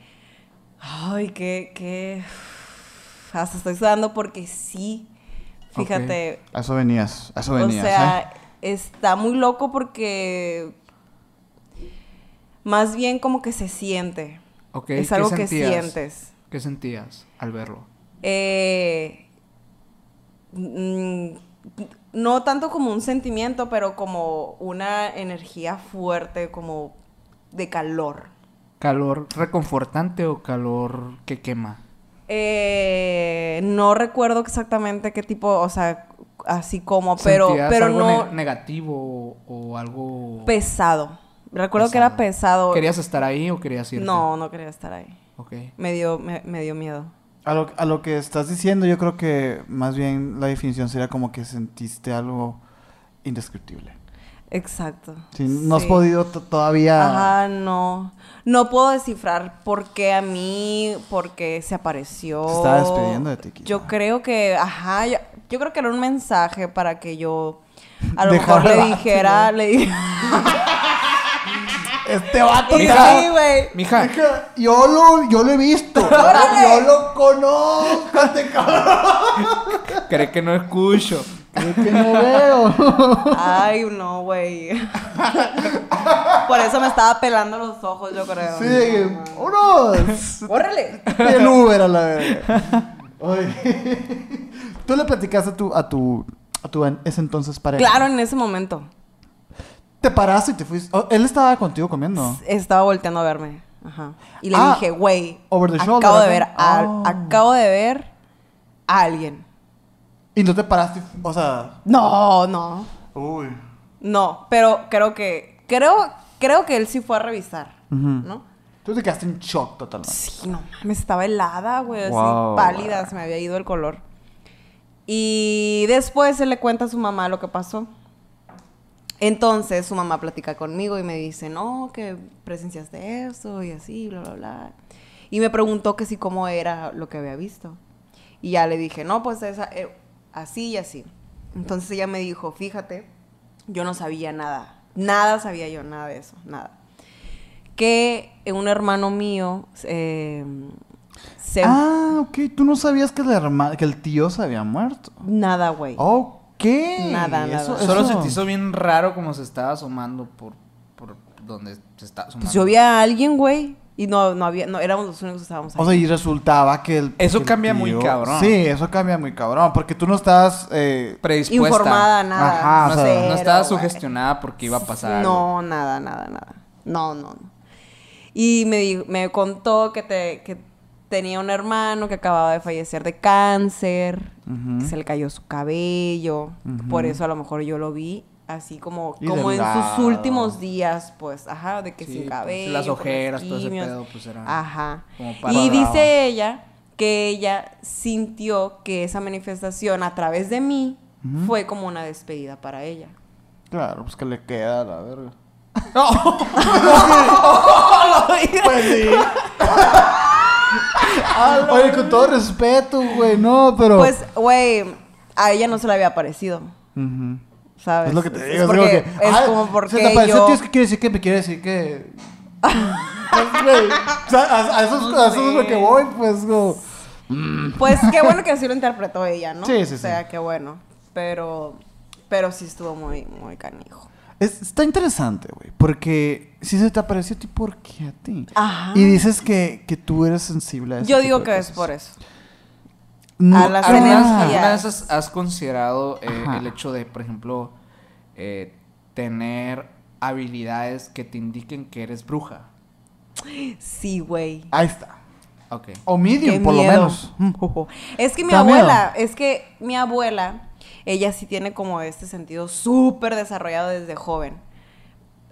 Speaker 2: Ay, qué, qué... Hasta estoy sudando porque sí, fíjate...
Speaker 1: A eso venías, a eso venías.
Speaker 2: o sea,
Speaker 1: ¿eh?
Speaker 2: está muy loco porque más bien como que se siente.
Speaker 3: Ok.
Speaker 2: es
Speaker 3: ¿qué
Speaker 2: algo que
Speaker 3: sentías?
Speaker 2: sientes.
Speaker 3: ¿Qué sentías al verlo?
Speaker 2: Eh, mm, no tanto como un sentimiento, pero como una energía fuerte, como de calor.
Speaker 3: ¿Calor reconfortante o calor que quema?
Speaker 2: Eh, no recuerdo exactamente qué tipo, o sea, así como, pero,
Speaker 3: ¿Sentías
Speaker 2: pero
Speaker 3: algo
Speaker 2: no Pues,
Speaker 3: ne- negativo o, o algo
Speaker 2: pesado. Recuerdo que era pesado.
Speaker 3: ¿Querías estar ahí o querías irte?
Speaker 2: No, no quería estar ahí.
Speaker 3: Ok.
Speaker 2: Me dio, me, me dio miedo.
Speaker 1: a, lo, a lo que estás diciendo, yo creo que más bien la definición sería como que sentiste algo indescriptible.
Speaker 2: Exacto.
Speaker 1: Sí, No has
Speaker 2: Sí.
Speaker 1: podido t- todavía...
Speaker 2: Ajá, no. No puedo descifrar por qué a mí, por qué se apareció.
Speaker 1: Se estaba despidiendo de ti, quizá.
Speaker 2: Yo creo que, ajá, yo, yo creo que era un mensaje para que yo a lo
Speaker 1: Dejara
Speaker 2: mejor le
Speaker 1: la-
Speaker 2: dijera, le dije,
Speaker 1: Este vato
Speaker 2: y
Speaker 1: está-
Speaker 2: sí, güey.
Speaker 3: Mija,
Speaker 1: Mija, Yo lo, yo lo he visto. yo
Speaker 2: Órale.
Speaker 1: lo conozco. Este cabrón.
Speaker 3: cree que no escucho.
Speaker 1: Creo que no veo.
Speaker 2: Ay, no, güey. Por eso me estaba pelando los ojos, yo creo.
Speaker 1: Sí, de que, vámonos.
Speaker 2: Órale.
Speaker 1: El Uber a la verga. Oye. Tú le platicaste a tu, a tu, a tu en ese entonces pareja.
Speaker 2: Claro, en ese momento.
Speaker 1: Te paraste y te fuiste. Oh, él estaba contigo comiendo.
Speaker 2: Estaba volteando a verme. Ajá. Y le
Speaker 1: Ah,
Speaker 2: dije, güey,
Speaker 1: over the
Speaker 2: acabo
Speaker 1: shoulder,
Speaker 2: de ver,
Speaker 1: acá.
Speaker 2: a,
Speaker 1: Oh.
Speaker 2: acabo de ver a alguien.
Speaker 1: Y no te paraste. y fu- O sea.
Speaker 2: No, no,
Speaker 1: Uy.
Speaker 2: no. Pero creo que, creo, creo que él sí fue a revisar, ¿no?
Speaker 1: Tú te quedaste en shock totalmente.
Speaker 2: Sí, no mames, estaba helada, güey, así
Speaker 1: Wow.
Speaker 2: pálida, se me había ido el color. Y después él le cuenta a su mamá lo que pasó. Entonces su mamá platica conmigo y me dice, no, que presenciaste esto y así, bla, bla, bla. Y me preguntó que si cómo era lo que había visto. Y ya le dije, no, pues esa, eh, así y así. Entonces ella me dijo, fíjate, yo no sabía nada, nada sabía yo, nada de eso, nada. Que un hermano mío eh, se...
Speaker 1: Ah, ok. Tú no sabías que, la herma- que el tío se había muerto.
Speaker 2: Nada, güey.
Speaker 1: Oh, Ok.
Speaker 2: Nada, nada.
Speaker 3: Solo se te hizo bien raro como se estaba asomando por, por donde se está asomando.
Speaker 2: Pues yo vi a alguien, güey, y no, no había, no, éramos los únicos que estábamos ahí.
Speaker 1: O sea, y resultaba que el.
Speaker 3: Eso
Speaker 1: que el
Speaker 3: cambia muy cabrón.
Speaker 1: Sí, eso cambia muy cabrón. Porque tú no estás. eh,
Speaker 3: predispuesta.
Speaker 2: informada, nada.
Speaker 1: Ajá, o
Speaker 3: No,
Speaker 1: sea,
Speaker 2: cero,
Speaker 1: Pero,
Speaker 3: no estaba
Speaker 2: güey.
Speaker 3: sugestionada porque iba a pasar. algo.
Speaker 2: No, nada, nada, nada. No, no, no. Y me, di- me contó que, te, que tenía un hermano que acababa de fallecer de cáncer, que se le cayó su cabello. Por eso a lo mejor yo lo vi así como,
Speaker 1: Y
Speaker 2: como en sus
Speaker 1: delgado.
Speaker 2: últimos días, pues, ajá, de que
Speaker 3: Sí,
Speaker 2: sin
Speaker 3: pues,
Speaker 2: cabello.
Speaker 3: las
Speaker 2: con los
Speaker 3: ojeras, todo ese
Speaker 2: quimios.
Speaker 3: pedo, pues, era
Speaker 2: Ajá.
Speaker 3: como
Speaker 2: Y
Speaker 3: para-
Speaker 2: dice ella que ella sintió que esa manifestación a través de mí fue como una despedida para ella.
Speaker 1: Claro, pues que le queda a la verga.
Speaker 2: Pues,
Speaker 1: sí. Oye, con todo respeto, güey, no, pero.
Speaker 2: Pues, güey, a ella no se le había parecido,
Speaker 1: Ujú.
Speaker 2: ¿sabes?
Speaker 1: Es lo que te digo, es,
Speaker 2: porque-
Speaker 1: digo que,
Speaker 2: es
Speaker 1: "Ay,
Speaker 2: como porque
Speaker 1: Se te apareció,
Speaker 2: yo...
Speaker 1: tío, es que quiere decir que me quiere decir que. Pues, güey, o sea, a, a eso es, a eso es lo que voy, pues, como.
Speaker 2: Pues qué bueno que así lo interpretó ella, ¿no?
Speaker 1: Sí, sí,
Speaker 2: O sea, qué bueno. Pero, pero sí estuvo muy, muy canijo.
Speaker 1: Es- está interesante, güey, porque si se te apareció a ti, ¿por qué a ti?
Speaker 2: Ajá.
Speaker 1: Y dices que, que tú eres sensible a eso.
Speaker 2: Ah. Yo digo que es por eso.
Speaker 1: No,
Speaker 2: a las
Speaker 1: ah,
Speaker 3: ¿Alguna,
Speaker 2: energías.
Speaker 3: alguna vez has, has considerado eh,
Speaker 1: Ajá.
Speaker 3: el hecho de, por ejemplo, eh, tener habilidades que te indiquen que eres bruja?
Speaker 2: Sí, güey.
Speaker 1: Ahí está.
Speaker 3: Ok.
Speaker 1: O
Speaker 2: Qué
Speaker 1: medium, por
Speaker 2: miedo.
Speaker 1: lo menos.
Speaker 2: Es que mi
Speaker 1: ¿Te da
Speaker 2: abuela, es que mi abuela, ella sí tiene como este sentido súper desarrollado desde joven.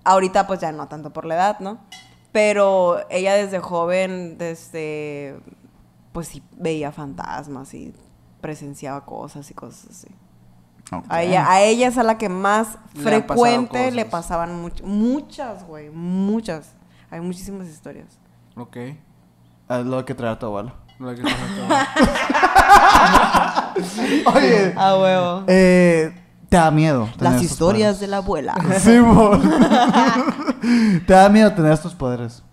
Speaker 2: Ahorita pues ya no tanto por la edad, ¿no? Pero ella desde joven, desde, pues sí veía fantasmas y presenciaba cosas y cosas así. A ella, a ella es a la que más
Speaker 3: Le han
Speaker 2: frecuente
Speaker 3: pasado
Speaker 2: le
Speaker 3: cosas.
Speaker 2: pasaban much- muchas, güey, muchas. Hay muchísimas historias.
Speaker 3: Ok.
Speaker 1: Ah, Lo que trae a tu abuelo.
Speaker 3: Lo que pasa
Speaker 1: Oye,
Speaker 2: A huevo.
Speaker 1: eh, te da miedo. tener
Speaker 2: Las
Speaker 1: estos
Speaker 2: historias de la abuela.
Speaker 1: poderes. Sí, amor. te da miedo tener estos poderes.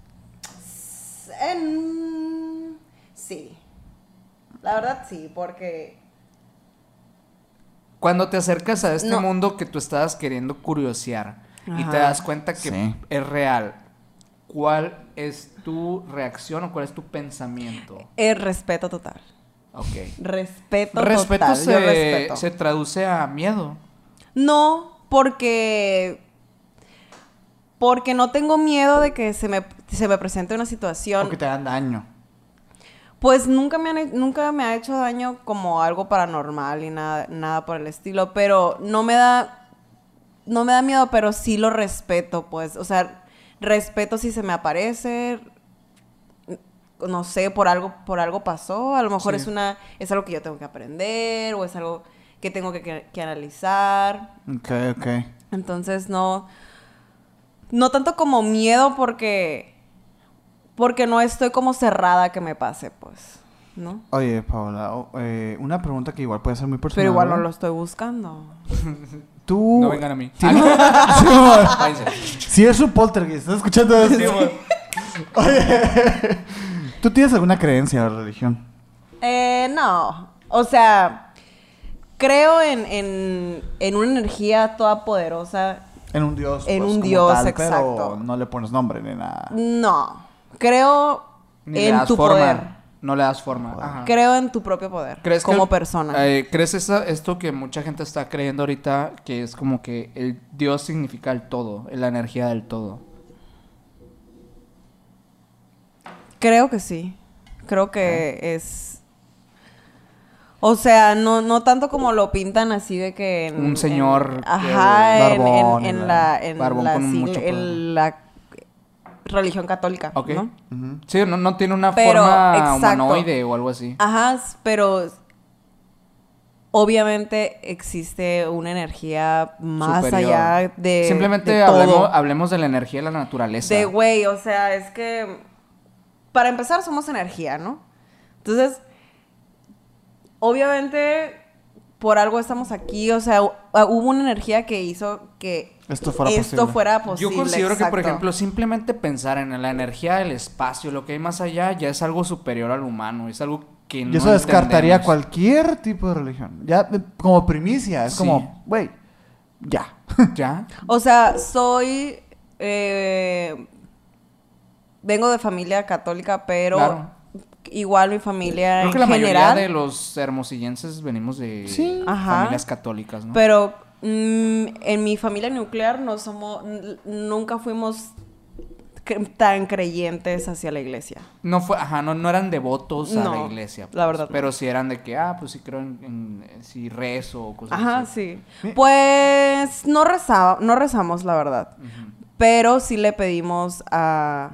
Speaker 2: En- Sí. La verdad sí, porque...
Speaker 3: que- Cuando te acercas a este
Speaker 2: No.
Speaker 3: mundo que tú estabas queriendo curiosear y
Speaker 2: Ajá.
Speaker 3: te das cuenta que
Speaker 1: Sí.
Speaker 3: es real, ¿cuál es tu reacción o cuál es tu pensamiento?
Speaker 2: El respeto total.
Speaker 3: Ok.
Speaker 2: Respeto,
Speaker 3: Respeto,
Speaker 2: total. Yo
Speaker 3: se,
Speaker 2: respeto.
Speaker 3: se traduce a miedo.
Speaker 2: No, porque... Porque no tengo miedo de que se me, se me presente una situación.
Speaker 1: O que te hagan daño.
Speaker 2: Pues nunca me, han he- nunca me ha hecho daño como algo paranormal y nada, nada por el estilo, pero no me da... No me da miedo, pero sí lo respeto, pues. O sea, respeto si se me aparece, no sé, por algo, por algo pasó. A lo mejor
Speaker 3: Sí.
Speaker 2: es una, es algo que yo tengo que aprender, o es algo que tengo que, que- que analizar.
Speaker 1: Ok, ok.
Speaker 2: Entonces no. No tanto como miedo porque. Porque no estoy como cerrada a que me pase, pues. ¿No?
Speaker 1: Oye, Paola, o- eh, una pregunta que igual puede ser muy personal.
Speaker 2: Pero igual no
Speaker 1: güey.
Speaker 2: lo estoy buscando.
Speaker 1: Tú.
Speaker 2: Uh.
Speaker 3: No vengan a mí.
Speaker 1: Sí,
Speaker 3: Ah, Váyanse.
Speaker 1: Si es un poltergeist, ¿estás escuchando esto? Oye, ¿tú tienes alguna creencia o religión?
Speaker 2: Eh, no. O sea. Creo en, en, en una energía toda poderosa.
Speaker 1: En un dios. pues,
Speaker 2: En un
Speaker 1: como
Speaker 2: dios,
Speaker 1: pero
Speaker 2: exacto.
Speaker 1: no le pones nombre ni nada.
Speaker 2: No. Creo
Speaker 3: Ni le
Speaker 2: en
Speaker 3: das
Speaker 2: tu
Speaker 3: forma.
Speaker 2: poder.
Speaker 3: No le das forma. Ajá.
Speaker 2: Creo en tu propio poder.
Speaker 3: ¿Crees que
Speaker 2: como
Speaker 3: el-
Speaker 2: persona.
Speaker 3: eh, ¿Crees esa- esto que mucha gente está creyendo ahorita? Que es como que el Dios significa el todo, la energía del todo.
Speaker 2: Creo que sí. Creo que es. O sea, no, no tanto como lo pintan así de que. en-
Speaker 3: Un
Speaker 2: en-
Speaker 3: señor que-
Speaker 2: ajá, en, en-
Speaker 1: barbón y
Speaker 2: en
Speaker 1: la-
Speaker 2: la. En
Speaker 3: barbón
Speaker 2: la,
Speaker 3: con
Speaker 2: sig-
Speaker 3: mucho poder.
Speaker 2: en la religión católica.
Speaker 3: Ok.
Speaker 2: ¿no?
Speaker 3: Sí, no, no tiene una
Speaker 2: Pero, Ah,
Speaker 3: forma
Speaker 2: exacto.
Speaker 3: humanoide o algo así.
Speaker 2: Ajá, s- pero. Obviamente existe una energía más
Speaker 3: Superior.
Speaker 2: allá de.
Speaker 3: Simplemente
Speaker 2: de
Speaker 3: hablemo-
Speaker 2: todo.
Speaker 3: hablemos, de la energía de la naturaleza.
Speaker 2: De güey, o sea, es que. Para empezar, somos energía, ¿no? Entonces, obviamente, por algo estamos aquí. O sea, hu- ah, hubo una energía que hizo que
Speaker 1: Esto fuera
Speaker 2: esto
Speaker 1: posible.
Speaker 2: fuera posible.
Speaker 3: Yo considero que, por
Speaker 2: exacto.
Speaker 3: ejemplo, simplemente pensar en la energía del espacio, lo que hay más allá, ya es algo superior al humano, es algo que no
Speaker 1: Y eso descartaría
Speaker 3: entendemos.
Speaker 1: cualquier tipo de religión. Ya, eh, como primicia, es
Speaker 3: Sí.
Speaker 1: como, güey, ya.
Speaker 3: ¿Ya?
Speaker 2: O sea, soy. eh, vengo de familia católica, pero
Speaker 3: Claro.
Speaker 2: igual mi familia
Speaker 3: Creo
Speaker 2: en
Speaker 3: que la
Speaker 2: general.
Speaker 3: mayoría de los hermosillenses venimos de
Speaker 1: Sí.
Speaker 2: Ajá.
Speaker 3: familias católicas, ¿no?
Speaker 2: Pero mm, en mi familia nuclear no somos. n- Nunca fuimos cre- tan creyentes hacia la iglesia.
Speaker 3: no fue, ajá, no, no eran devotos a la
Speaker 2: No,
Speaker 3: iglesia. pues,
Speaker 2: la verdad no.
Speaker 3: Pero sí eran de que, ah, pues sí creo en, en- sí rezo o cosas
Speaker 2: Ajá,
Speaker 3: así.
Speaker 2: sí. Pues no rezaba, no rezamos, la verdad. Pero sí le pedimos a,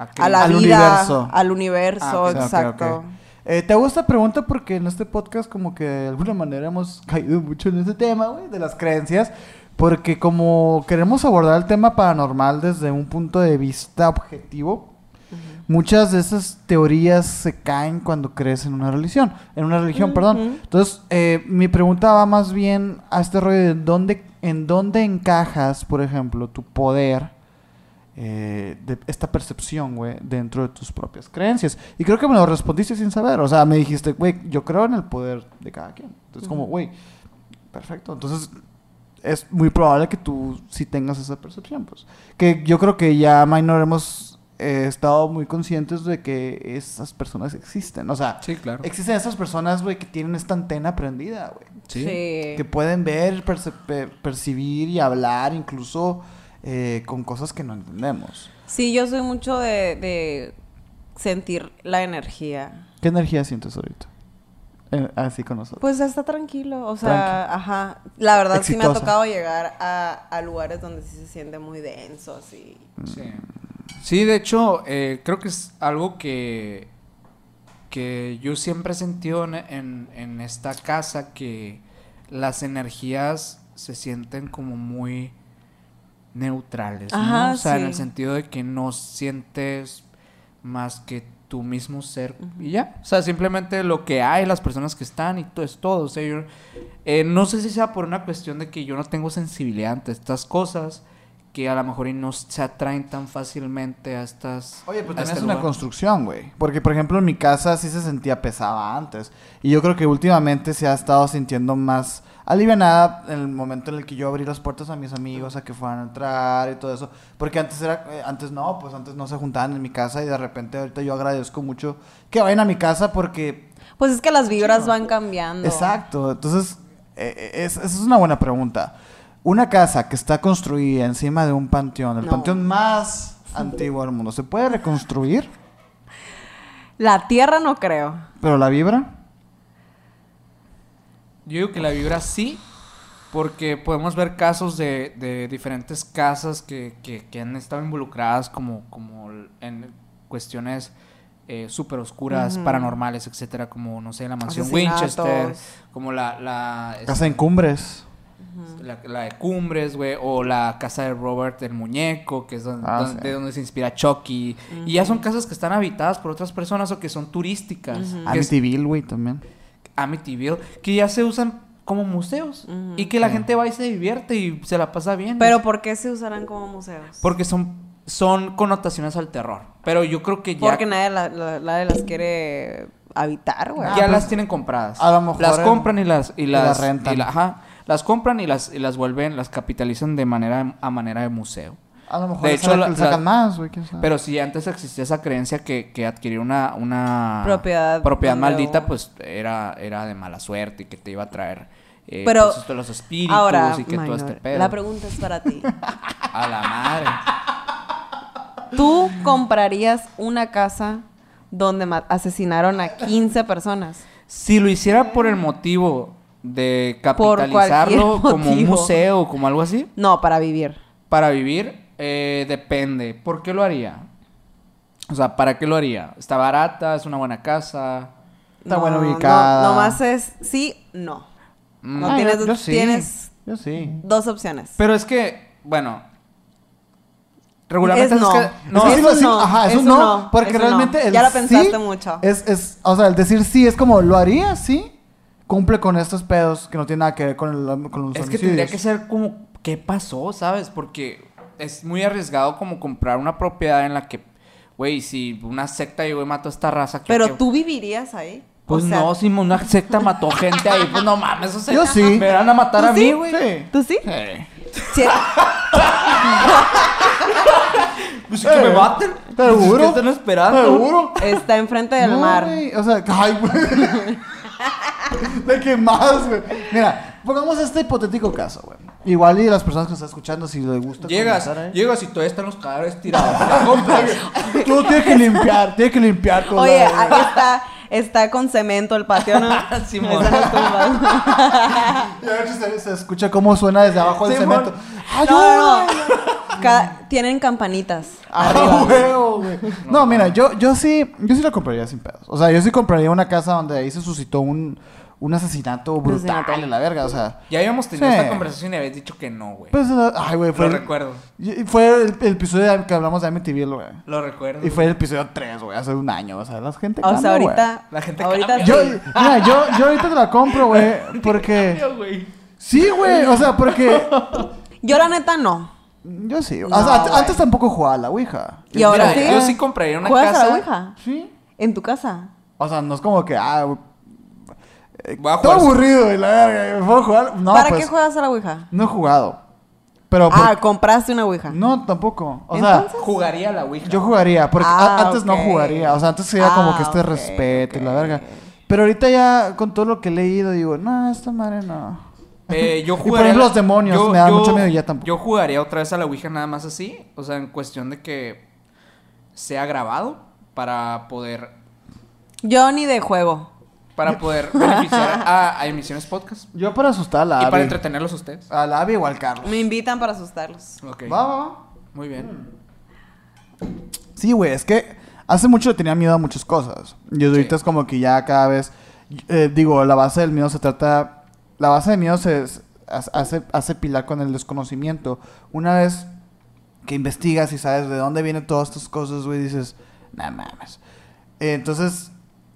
Speaker 3: Aquel-
Speaker 2: a la
Speaker 1: Al
Speaker 2: vida,
Speaker 1: universo.
Speaker 2: al universo,
Speaker 3: Ah, ok.
Speaker 1: O sea, ok,
Speaker 2: exacto.
Speaker 1: ok. Eh, te hago esta pregunta porque en este podcast como que de alguna manera hemos caído mucho en este tema, güey, de las creencias. Porque como queremos abordar el tema paranormal desde un punto de vista objetivo, muchas de esas teorías se caen cuando crees en una religión. En una religión, perdón.
Speaker 2: Ujú.
Speaker 1: Entonces, eh, mi pregunta va más bien a este rollo de dónde, en dónde encajas, por ejemplo, tu poder eh, de esta percepción, güey, dentro de tus propias creencias. Y creo que me lo respondiste sin saber. O sea, me dijiste, güey, yo creo en el poder de cada quien. Entonces, como, güey, perfecto. Entonces, es muy probable que tú sí tengas esa percepción, pues. Que yo creo que ya, Minor, hemos eh, estado muy conscientes de que esas personas existen. O sea,
Speaker 3: Sí, claro.
Speaker 1: existen esas personas, güey, que tienen esta antena prendida, güey.
Speaker 3: Sí.
Speaker 2: Sí.
Speaker 1: Que pueden ver, perce- per- percibir y hablar incluso eh, con cosas que no entendemos.
Speaker 2: Sí, yo soy mucho de, de sentir la energía.
Speaker 1: ¿Qué energía sientes ahorita? Eh, así con nosotros.
Speaker 2: Pues está tranquilo, o sea, ajá. La verdad sí me
Speaker 1: Exitosa.
Speaker 2: ha tocado llegar a, a lugares donde sí se siente muy denso, así.
Speaker 3: Sí. Sí, de hecho, eh, creo que es algo que, que yo siempre he sentido en, en- en esta casa, que las energías se sienten como muy neutrales, ¿no?
Speaker 2: Ajá,
Speaker 3: o sea, en el
Speaker 2: sí.
Speaker 3: sentido de que no sientes más que tu mismo ser y ya. O sea, simplemente lo que hay, las personas que están y todo es todo. O sea, yo, eh, no sé si sea por una cuestión de que yo no tengo sensibilidad ante estas cosas que a lo mejor y no se atraen tan fácilmente a estas.
Speaker 1: Oye, pues
Speaker 3: a
Speaker 1: también
Speaker 3: este
Speaker 1: es una
Speaker 3: lugar.
Speaker 1: construcción, güey. Porque, por ejemplo, en mi casa sí se sentía pesada antes. Y yo creo que últimamente se ha estado sintiendo más alivianada en el momento en el que yo abrí las puertas a mis amigos a que fueran a entrar y todo eso. Porque antes era... eh, antes no, pues antes no se juntaban en mi casa y de repente ahorita yo agradezco mucho que vayan a mi casa porque
Speaker 2: Pues es que las vibras van cambiando.
Speaker 1: Exacto. Entonces, eh, eh, es- esa es una buena pregunta. Una casa que está construida encima de un panteón, el
Speaker 2: No.
Speaker 1: panteón más antiguo del mundo, ¿se puede reconstruir?
Speaker 2: La tierra no creo.
Speaker 1: ¿Pero la vibra?
Speaker 3: Yo digo que la vibra sí, porque podemos ver casos de, de diferentes casas que, que- que han estado involucradas como, como en cuestiones súper oscuras, paranormales, etcétera, como, no sé, la mansión Winchester,
Speaker 2: Asesinatos.
Speaker 3: como la... la
Speaker 1: Casa en cumbres.
Speaker 3: La, la de Cumbres, güey, o la casa de Robert el Muñeco, que es don-
Speaker 1: Ah,
Speaker 3: don-
Speaker 1: sí.
Speaker 3: de donde se inspira Chucky. Y ya son casas que están habitadas por otras personas o que son turísticas.
Speaker 1: Mm.
Speaker 3: que es-
Speaker 1: Amityville, güey, también.
Speaker 3: Amityville, que ya se usan como museos. Y que la gente va y se divierte y se la pasa bien.
Speaker 2: Pero ¿por qué se usarán como museos?
Speaker 3: Porque son, son connotaciones al terror. Pero yo creo que ya,
Speaker 2: Porque nadie la- la- nadie las quiere habitar, güey.
Speaker 3: ya
Speaker 1: pues,
Speaker 3: las tienen compradas.
Speaker 1: a lo mejor
Speaker 3: Las
Speaker 1: en-
Speaker 3: compran y las... Y
Speaker 1: y las
Speaker 3: las,
Speaker 1: rentan.
Speaker 3: y la- ajá, las compran y las, y las vuelven, las capitalizan de manera a manera de museo.
Speaker 1: A lo mejor
Speaker 3: De
Speaker 1: de
Speaker 3: hecho, la-
Speaker 1: le sacan
Speaker 3: la-
Speaker 1: más, güey, quién sabe.
Speaker 3: Pero si antes existía esa creencia que, que adquirir una, una
Speaker 2: Propiedad
Speaker 3: propiedad
Speaker 2: donde
Speaker 3: maldita,
Speaker 2: hubo-
Speaker 3: pues era, era de mala suerte y que te iba a traer eh,
Speaker 2: Pero-
Speaker 3: pues, esto de los espíritus
Speaker 2: Ahora,
Speaker 3: y que todo
Speaker 2: Maynor,
Speaker 3: este pedo.
Speaker 2: la pregunta es para ti.
Speaker 3: A la madre.
Speaker 2: ¿Tú comprarías una casa donde ma- asesinaron a 15 personas?
Speaker 3: Si lo hiciera por el motivo de
Speaker 2: Por
Speaker 3: capitalizarlo
Speaker 2: cualquier
Speaker 3: como un
Speaker 2: motivo.
Speaker 3: museo o como algo así,
Speaker 2: No, para vivir.
Speaker 3: para vivir, eh, depende. ¿Por qué lo haría? O sea, ¿para qué lo haría? ¿Está barata? ¿Es una buena casa?
Speaker 1: Está
Speaker 2: No,
Speaker 1: bueno
Speaker 2: no,
Speaker 1: ubicada.
Speaker 2: nomás es sí, no.
Speaker 3: Mm.
Speaker 2: No
Speaker 1: Ah,
Speaker 2: tienes,
Speaker 1: yo- yo sí.
Speaker 2: tienes
Speaker 1: Yo sí.
Speaker 2: dos opciones.
Speaker 3: Pero es que, bueno. Regularmente
Speaker 2: Es no.
Speaker 3: que-
Speaker 2: Es que
Speaker 1: sí,
Speaker 2: es
Speaker 1: lo-
Speaker 2: un
Speaker 1: sí,
Speaker 2: no,
Speaker 1: Ajá, es,
Speaker 2: es
Speaker 1: un
Speaker 2: un
Speaker 1: no.
Speaker 2: no,
Speaker 1: Porque
Speaker 2: es un
Speaker 1: realmente
Speaker 2: no.
Speaker 1: el
Speaker 2: Ya la
Speaker 1: sí
Speaker 2: pensaste mucho.
Speaker 1: Es, es, o sea, el decir sí es como, ¿lo haría? Sí. Cumple con estos pedos que no tienen nada que ver con, el, con los
Speaker 3: Es que
Speaker 1: homicidios.
Speaker 3: tendría que ser como, ¿qué pasó? ¿Sabes? Porque es muy arriesgado como comprar una propiedad en la que, güey, si una secta llegó y mató a esta raza. ¿qué-
Speaker 2: Pero
Speaker 3: qué-
Speaker 2: tú vivirías ahí.
Speaker 3: Pues
Speaker 2: O sea,
Speaker 3: no, si una secta mató gente ahí, pues no mames, o sea,
Speaker 1: Yo sí.
Speaker 3: me van a matar
Speaker 2: ¿Tú
Speaker 3: a mí,
Speaker 2: sí?
Speaker 3: güey.
Speaker 1: Sí.
Speaker 2: ¿Tú sí?
Speaker 3: Eh,
Speaker 2: Sí.
Speaker 3: Pues que me maten.
Speaker 1: ¿Seguro?
Speaker 3: ¿Qué están esperando?
Speaker 1: Eh, ¿Seguro?
Speaker 2: Está enfrente del
Speaker 1: No,
Speaker 2: mar.
Speaker 1: güey, O sea, ay, güey. ¿De qué más, güey? Mira, pongamos este hipotético caso, güey. Igual y las personas que nos están escuchando, si les gusta.
Speaker 3: Llegas,
Speaker 1: comentar, ¿eh?
Speaker 3: llegas y todavía están los cadáveres tirados. La compras.
Speaker 1: Tú tienes que limpiar, tienes que limpiar con
Speaker 2: Oye,
Speaker 1: la-
Speaker 2: ahí está, está con cemento el patio, ¿no?
Speaker 3: Simón.
Speaker 2: Ahí están las tumbas.
Speaker 1: Y a veces se, se escucha cómo suena desde abajo del
Speaker 3: Sí,
Speaker 1: cemento.
Speaker 3: mon.
Speaker 1: ¡Ay,
Speaker 2: No, no, no. Ca- tienen campanitas.
Speaker 1: Ah, huevo, güey. No, mira, yo, yo sí, yo sí la compraría sin pedos. O sea, yo sí compraría una casa donde ahí se suscitó un, un asesinato brutal
Speaker 2: Asesinato.
Speaker 1: en la verga. O sea,
Speaker 3: Ya habíamos tenido
Speaker 1: Sí.
Speaker 3: esta conversación y habías dicho que no, güey.
Speaker 1: pues, ay, güey, fue.
Speaker 3: Lo
Speaker 1: el-
Speaker 3: recuerdo.
Speaker 1: y- Fue el, el episodio que hablamos de MTV, güey.
Speaker 3: Lo recuerdo.
Speaker 1: Y fue el episodio 3, güey, hace un año. O sea, la gente.
Speaker 2: O sea,
Speaker 1: cambia, güey.
Speaker 2: ahorita.
Speaker 3: La gente
Speaker 2: ahorita
Speaker 3: cambia.
Speaker 1: Yo,
Speaker 2: sí.
Speaker 1: mira, yo, yo ahorita te la compro, güey, porque...
Speaker 3: Yo, güey.
Speaker 1: Sí, güey, o sea, porque...
Speaker 2: Yo la neta no.
Speaker 1: Yo sí. O
Speaker 2: No,
Speaker 1: sea, ant-
Speaker 2: güey.
Speaker 1: antes tampoco jugaba a la Ouija.
Speaker 2: Y ahora
Speaker 3: Mira,
Speaker 2: sí.
Speaker 3: Yo sí compraría una
Speaker 2: ¿Juegas a la
Speaker 3: casa.
Speaker 2: Ouija?
Speaker 1: Sí.
Speaker 2: ¿En tu casa?
Speaker 1: O sea, no es como que, ah, güey,
Speaker 3: Eh, Voy a
Speaker 1: todo
Speaker 3: jugar.
Speaker 1: aburrido y la verga, ¿puedo jugar? No,
Speaker 2: ¿Para
Speaker 1: pues,
Speaker 2: qué juegas a la Ouija?
Speaker 1: no he jugado. Pero, por-
Speaker 2: Ah, compraste una Ouija.
Speaker 1: no, tampoco. O
Speaker 2: ¿Entonces?
Speaker 1: sea,
Speaker 3: Jugaría a la Ouija.
Speaker 1: yo jugaría, porque a-
Speaker 2: Ah,
Speaker 1: antes no
Speaker 2: ok.
Speaker 1: jugaría. O sea, antes era como que
Speaker 2: Ah,
Speaker 1: este
Speaker 2: ok,
Speaker 1: respeto y la
Speaker 2: ok.
Speaker 1: verga. Pero ahorita ya, con todo lo que he leído, digo, no, esta madre no.
Speaker 3: Eh, yo
Speaker 1: Y por
Speaker 3: jugaría.
Speaker 1: ejemplo, los demonios, me dan mucho miedo y ya tampoco.
Speaker 3: Yo jugaría otra vez a la Ouija nada más así. O sea, en cuestión de que sea grabado para poder.
Speaker 2: Yo ni de juego.
Speaker 3: Para poder beneficiar a, a emisiones podcast.
Speaker 1: Yo para asustar a la
Speaker 3: Y para
Speaker 1: Abby.
Speaker 3: entretenerlos a ustedes.
Speaker 1: A la Abby o al Carlos.
Speaker 2: Me invitan para asustarlos.
Speaker 3: Ok.
Speaker 1: Va, Mm. va, va.
Speaker 3: Muy bien.
Speaker 1: Sí, güey, es que hace mucho le tenía miedo a muchas cosas. Y ahorita
Speaker 3: Sí.
Speaker 1: es como que ya cada vez. eh, digo, la base del miedo se trata. La base del miedo se es- ha- hace, hace pilar con el desconocimiento. Una vez que investigas y sabes de dónde vienen todas estas cosas, güey, dices, nah mames. Eh, entonces,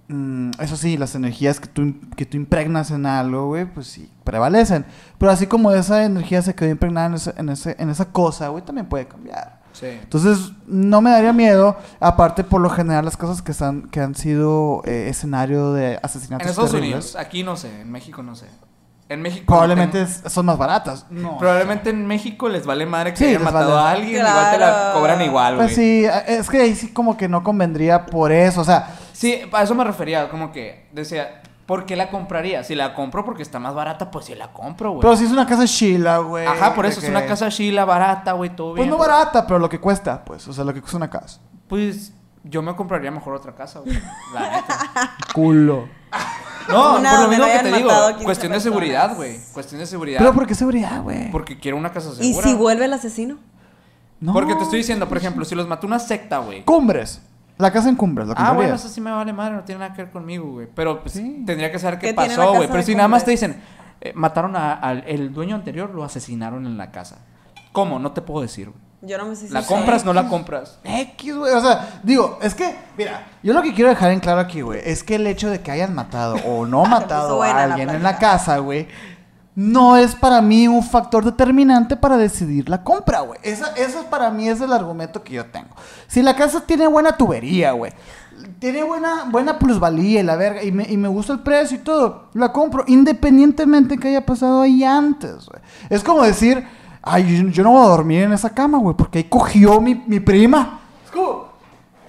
Speaker 1: mm, eso sí, las energías que tú, im- que tú impregnas en algo, güey, pues sí, prevalecen. Pero así como esa energía se quedó impregnada en, ese- en, ese, en esa cosa, güey, también puede cambiar.
Speaker 3: Sí.
Speaker 1: Entonces, no me daría miedo. Aparte, por lo general, las cosas que, están, que han sido eh, escenario de asesinatos
Speaker 3: En Estados
Speaker 1: terribles,
Speaker 3: Unidos, aquí no sé, en México no sé. En México.
Speaker 1: probablemente
Speaker 3: en-
Speaker 1: es- son más baratas. No.
Speaker 3: probablemente en México les vale madre que
Speaker 1: Sí,
Speaker 3: hayan
Speaker 1: les
Speaker 3: matado
Speaker 1: vale.
Speaker 3: a alguien, igual te la
Speaker 2: Claro.
Speaker 3: cobran igual, güey.
Speaker 1: Pues sí, a- es que ahí sí como que no convendría por eso. O sea,
Speaker 3: Sí, a eso me refería, como que decía, ¿por qué la compraría? Si la compro porque está más barata, pues sí la compro, güey.
Speaker 1: pero si es una casa chila, güey.
Speaker 3: Ajá, por
Speaker 1: de
Speaker 3: eso es
Speaker 1: que-
Speaker 3: una casa chila barata, güey, todo
Speaker 1: Pues
Speaker 3: bien.
Speaker 1: no barata, pero lo que cuesta, pues. O sea, lo que cuesta una casa.
Speaker 3: Pues yo me compraría mejor otra casa, güey. La neta.
Speaker 1: Culo.
Speaker 3: No,
Speaker 2: Una
Speaker 3: por lo
Speaker 2: donde
Speaker 3: mismo
Speaker 2: no
Speaker 3: que
Speaker 2: hayan
Speaker 3: te digo,
Speaker 2: matado 15
Speaker 3: cuestión de
Speaker 2: personas.
Speaker 3: seguridad, güey. Cuestión de seguridad.
Speaker 1: Pero ¿por qué seguridad, güey?
Speaker 3: porque quiero una casa
Speaker 2: ¿Y
Speaker 3: segura.
Speaker 2: si vuelve el asesino?
Speaker 1: No.
Speaker 3: Porque te estoy diciendo, por ejemplo, si los mató una secta, güey.
Speaker 1: Cumbres. La casa en Cumbres, lo
Speaker 3: Ah, bueno,
Speaker 1: comprarías.
Speaker 3: eso sí me vale madre, no tiene nada que ver conmigo, güey. Pero pues,
Speaker 1: Sí.
Speaker 3: tendría que saber qué,
Speaker 2: ¿Qué tiene la
Speaker 3: pasó, güey.
Speaker 2: casa
Speaker 3: Pero
Speaker 2: de
Speaker 3: si nada más te
Speaker 2: Cumbres?
Speaker 3: dicen, eh, mataron a- al el dueño anterior, lo asesinaron en la casa. ¿Cómo? No te puedo decir, güey.
Speaker 2: Yo no me sé si
Speaker 3: ¿La
Speaker 2: sé.
Speaker 3: compras no la compras?
Speaker 1: X, güey. O sea, digo, es que, mira, yo lo que quiero dejar en claro aquí, güey, es que el hecho de que hayan matado o no
Speaker 2: puso
Speaker 1: matado
Speaker 2: buena
Speaker 1: a
Speaker 2: Ah, pues la
Speaker 1: alguien en
Speaker 2: plática.
Speaker 1: la casa, güey, no es para mí un factor determinante para decidir la compra, güey. Esa- Eso es para mí es el argumento que yo tengo. Si la casa tiene buena tubería, güey, tiene buena, buena plusvalía y la verga, y me, y me gusta el precio y todo, la compro, independientemente que haya pasado ahí antes, güey. Es como decir, ay, yo, yo no voy a dormir en esa cama, güey, porque ahí cogió mi, mi prima. Es como...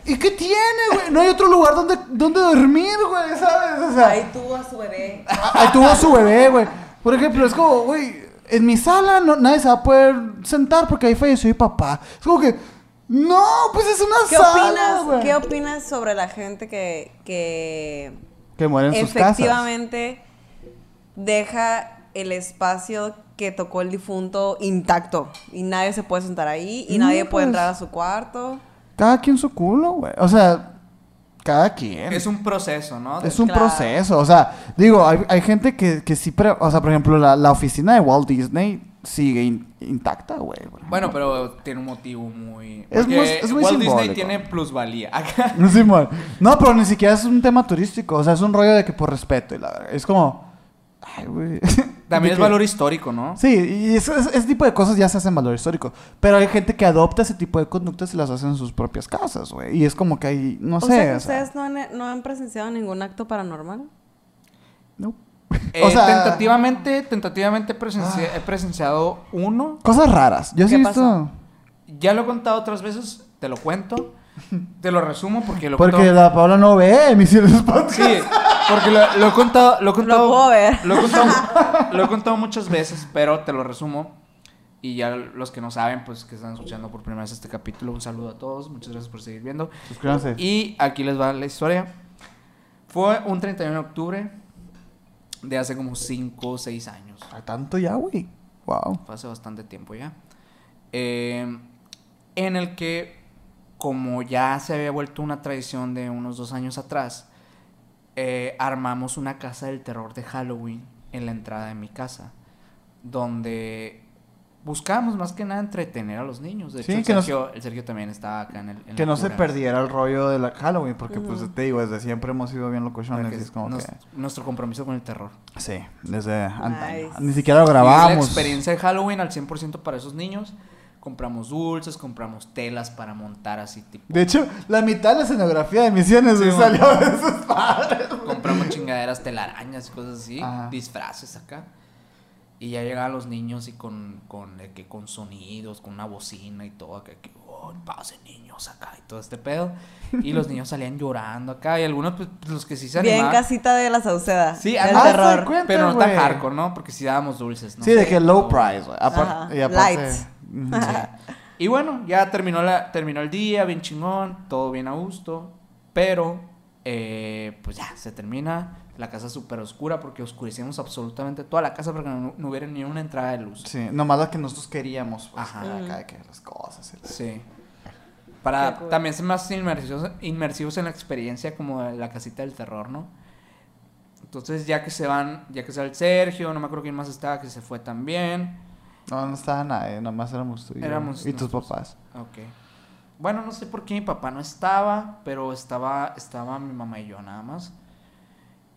Speaker 1: ¿Y qué tiene, güey? No hay otro lugar donde, donde dormir, güey, ¿sabes? O sea,
Speaker 2: Ahí tuvo a su bebé.
Speaker 1: Ahí tuvo su bebé, güey. Por ejemplo, es como, güey, en mi sala no, nadie se va a poder sentar porque ahí falleció mi papá. Es como que, no, pues es una
Speaker 2: ¿Qué
Speaker 1: sala,
Speaker 2: opinas,
Speaker 1: güey.
Speaker 2: ¿Qué opinas sobre la gente que, que
Speaker 1: Que mueren en sus casas.
Speaker 2: efectivamente deja el espacio que tocó el difunto intacto y nadie se puede sentar ahí y
Speaker 1: No,
Speaker 2: nadie puede
Speaker 1: pues.
Speaker 2: entrar a su cuarto?
Speaker 1: Cada quien su culo, güey. O sea, cada quien.
Speaker 3: Es un proceso, ¿no?
Speaker 1: Es un
Speaker 2: Claro.
Speaker 1: proceso, o sea, digo, hay, hay gente que, que sí, pre- o sea, por ejemplo, la, la oficina de Walt Disney sigue in- intacta, güey. por ejemplo.
Speaker 3: Bueno, pero tiene un motivo muy...
Speaker 1: Es
Speaker 3: porque
Speaker 1: muy- es muy
Speaker 3: Walt
Speaker 1: simbólico.
Speaker 3: Disney tiene plusvalía. Acá
Speaker 1: No, Simón. No, pero ni siquiera es un tema turístico, o sea, es un rollo de que por respeto y la verdad. Es como... Ay, güey. De
Speaker 3: también es
Speaker 1: que-
Speaker 3: valor histórico, ¿no?
Speaker 1: Sí, y eso- es- ese tipo de cosas ya se hacen valor histórico. Pero hay gente que adopta ese tipo de conductas y las hace en sus propias casas, güey. Y es como que hay, no
Speaker 2: O
Speaker 1: sé.
Speaker 2: sea, que
Speaker 1: o sea,
Speaker 2: ¿Ustedes no han, no han presenciado ningún acto paranormal?
Speaker 1: no.
Speaker 3: Eh,
Speaker 1: o sea, Ah.
Speaker 3: tentativamente, tentativamente presenci- he presenciado uno.
Speaker 1: cosas raras. Yo sí he
Speaker 2: ¿Qué
Speaker 1: visto.
Speaker 3: Ya lo he contado otras veces, te lo cuento. Te lo resumo porque lo he
Speaker 1: Porque
Speaker 3: contado-
Speaker 1: la Paola no ve mis cielos podcast.
Speaker 3: Sí, porque lo, lo he contado... Lo, he contado,
Speaker 2: puedo ver.
Speaker 3: Lo he, contado, lo he contado muchas veces, pero te lo resumo. Y ya los que no saben, pues que están escuchando por primera vez este capítulo, un saludo a todos. Muchas gracias por seguir viendo.
Speaker 1: Suscríbanse.
Speaker 3: Y aquí les va la historia. Fue un 31 de octubre de hace como 5 o 6 años.
Speaker 1: ¿A tanto ya, güey? Wow.
Speaker 3: Fue hace bastante tiempo ya. Eh, en el que, como ya se había vuelto una tradición de unos dos años atrás, eh, armamos una casa del terror de Halloween en la entrada de mi casa. Donde buscábamos más que nada entretener a los niños. De hecho,
Speaker 1: Sí,
Speaker 3: el,
Speaker 1: que nos-
Speaker 3: Sergio, el Sergio también estaba acá en el. en
Speaker 1: Que
Speaker 3: la
Speaker 1: no se
Speaker 3: cura.
Speaker 1: perdiera el rollo de la Halloween, porque pues
Speaker 2: Ujú.
Speaker 1: te digo, desde siempre hemos sido bien locochones.
Speaker 3: Porque
Speaker 1: y es como
Speaker 3: nos-
Speaker 1: que.
Speaker 3: Nuestro compromiso con el terror.
Speaker 1: Sí, desde antaño.
Speaker 2: Nice.
Speaker 1: Ni siquiera lo
Speaker 3: Vivir La
Speaker 1: grabamos.
Speaker 3: experiencia de Halloween al 100% para esos niños. Compramos dulces, compramos telas para montar así, tipo.
Speaker 1: De hecho, la mitad de la escenografía de misiones
Speaker 3: Sí,
Speaker 1: güey,
Speaker 3: mon.
Speaker 1: salió de sus padres.
Speaker 3: Compramos chingaderas, telarañas, cosas así,
Speaker 1: Ajá.
Speaker 3: disfraces acá. Y ya llegaban los niños y con, con, de que con sonidos, con una bocina y todo, acá, que oh, pasen niños acá y todo este pedo. Y los niños salían llorando acá y algunos, pues, los que sí se
Speaker 2: Bien
Speaker 3: animaban.
Speaker 2: casita de la Sauceda.
Speaker 3: Sí,
Speaker 2: del
Speaker 3: ah,
Speaker 1: haz de
Speaker 2: terror.
Speaker 1: cuenta,
Speaker 3: pero no tan
Speaker 1: güey.
Speaker 3: hardcore, ¿no? Porque sí dábamos dulces, ¿no?
Speaker 1: Sí, de que low
Speaker 3: No.
Speaker 1: price, güey. Apar-
Speaker 2: Ajá.
Speaker 1: y aparte-
Speaker 2: Lights.
Speaker 1: Ujú.
Speaker 3: Y bueno, ya terminó, la, terminó el día, bien chingón, todo bien a gusto. Pero, eh, pues ya, se termina. La casa súper oscura porque oscurecimos absolutamente toda la casa porque no, no hubiera ni una entrada de luz.
Speaker 1: Sí, nomás la que nosotros queríamos. Pues,
Speaker 3: Ajá.
Speaker 1: era acá de que las cosas. y la-
Speaker 3: Sí.
Speaker 2: Qué
Speaker 3: Para
Speaker 2: cool.
Speaker 3: también ser más inmersivos, inmersivos en la experiencia como de la casita del terror, ¿no? Entonces, ya que se van, ya que se va el Sergio, no me acuerdo quién más estaba, que se fue también.
Speaker 1: No, no estaba nadie, nomás éramos tú y, yo,
Speaker 3: Éramos
Speaker 1: y tus
Speaker 3: nosotros.
Speaker 1: papás.
Speaker 3: Ok. Bueno, no sé por qué mi papá no estaba, pero estaba, estaba mi mamá y yo nada más.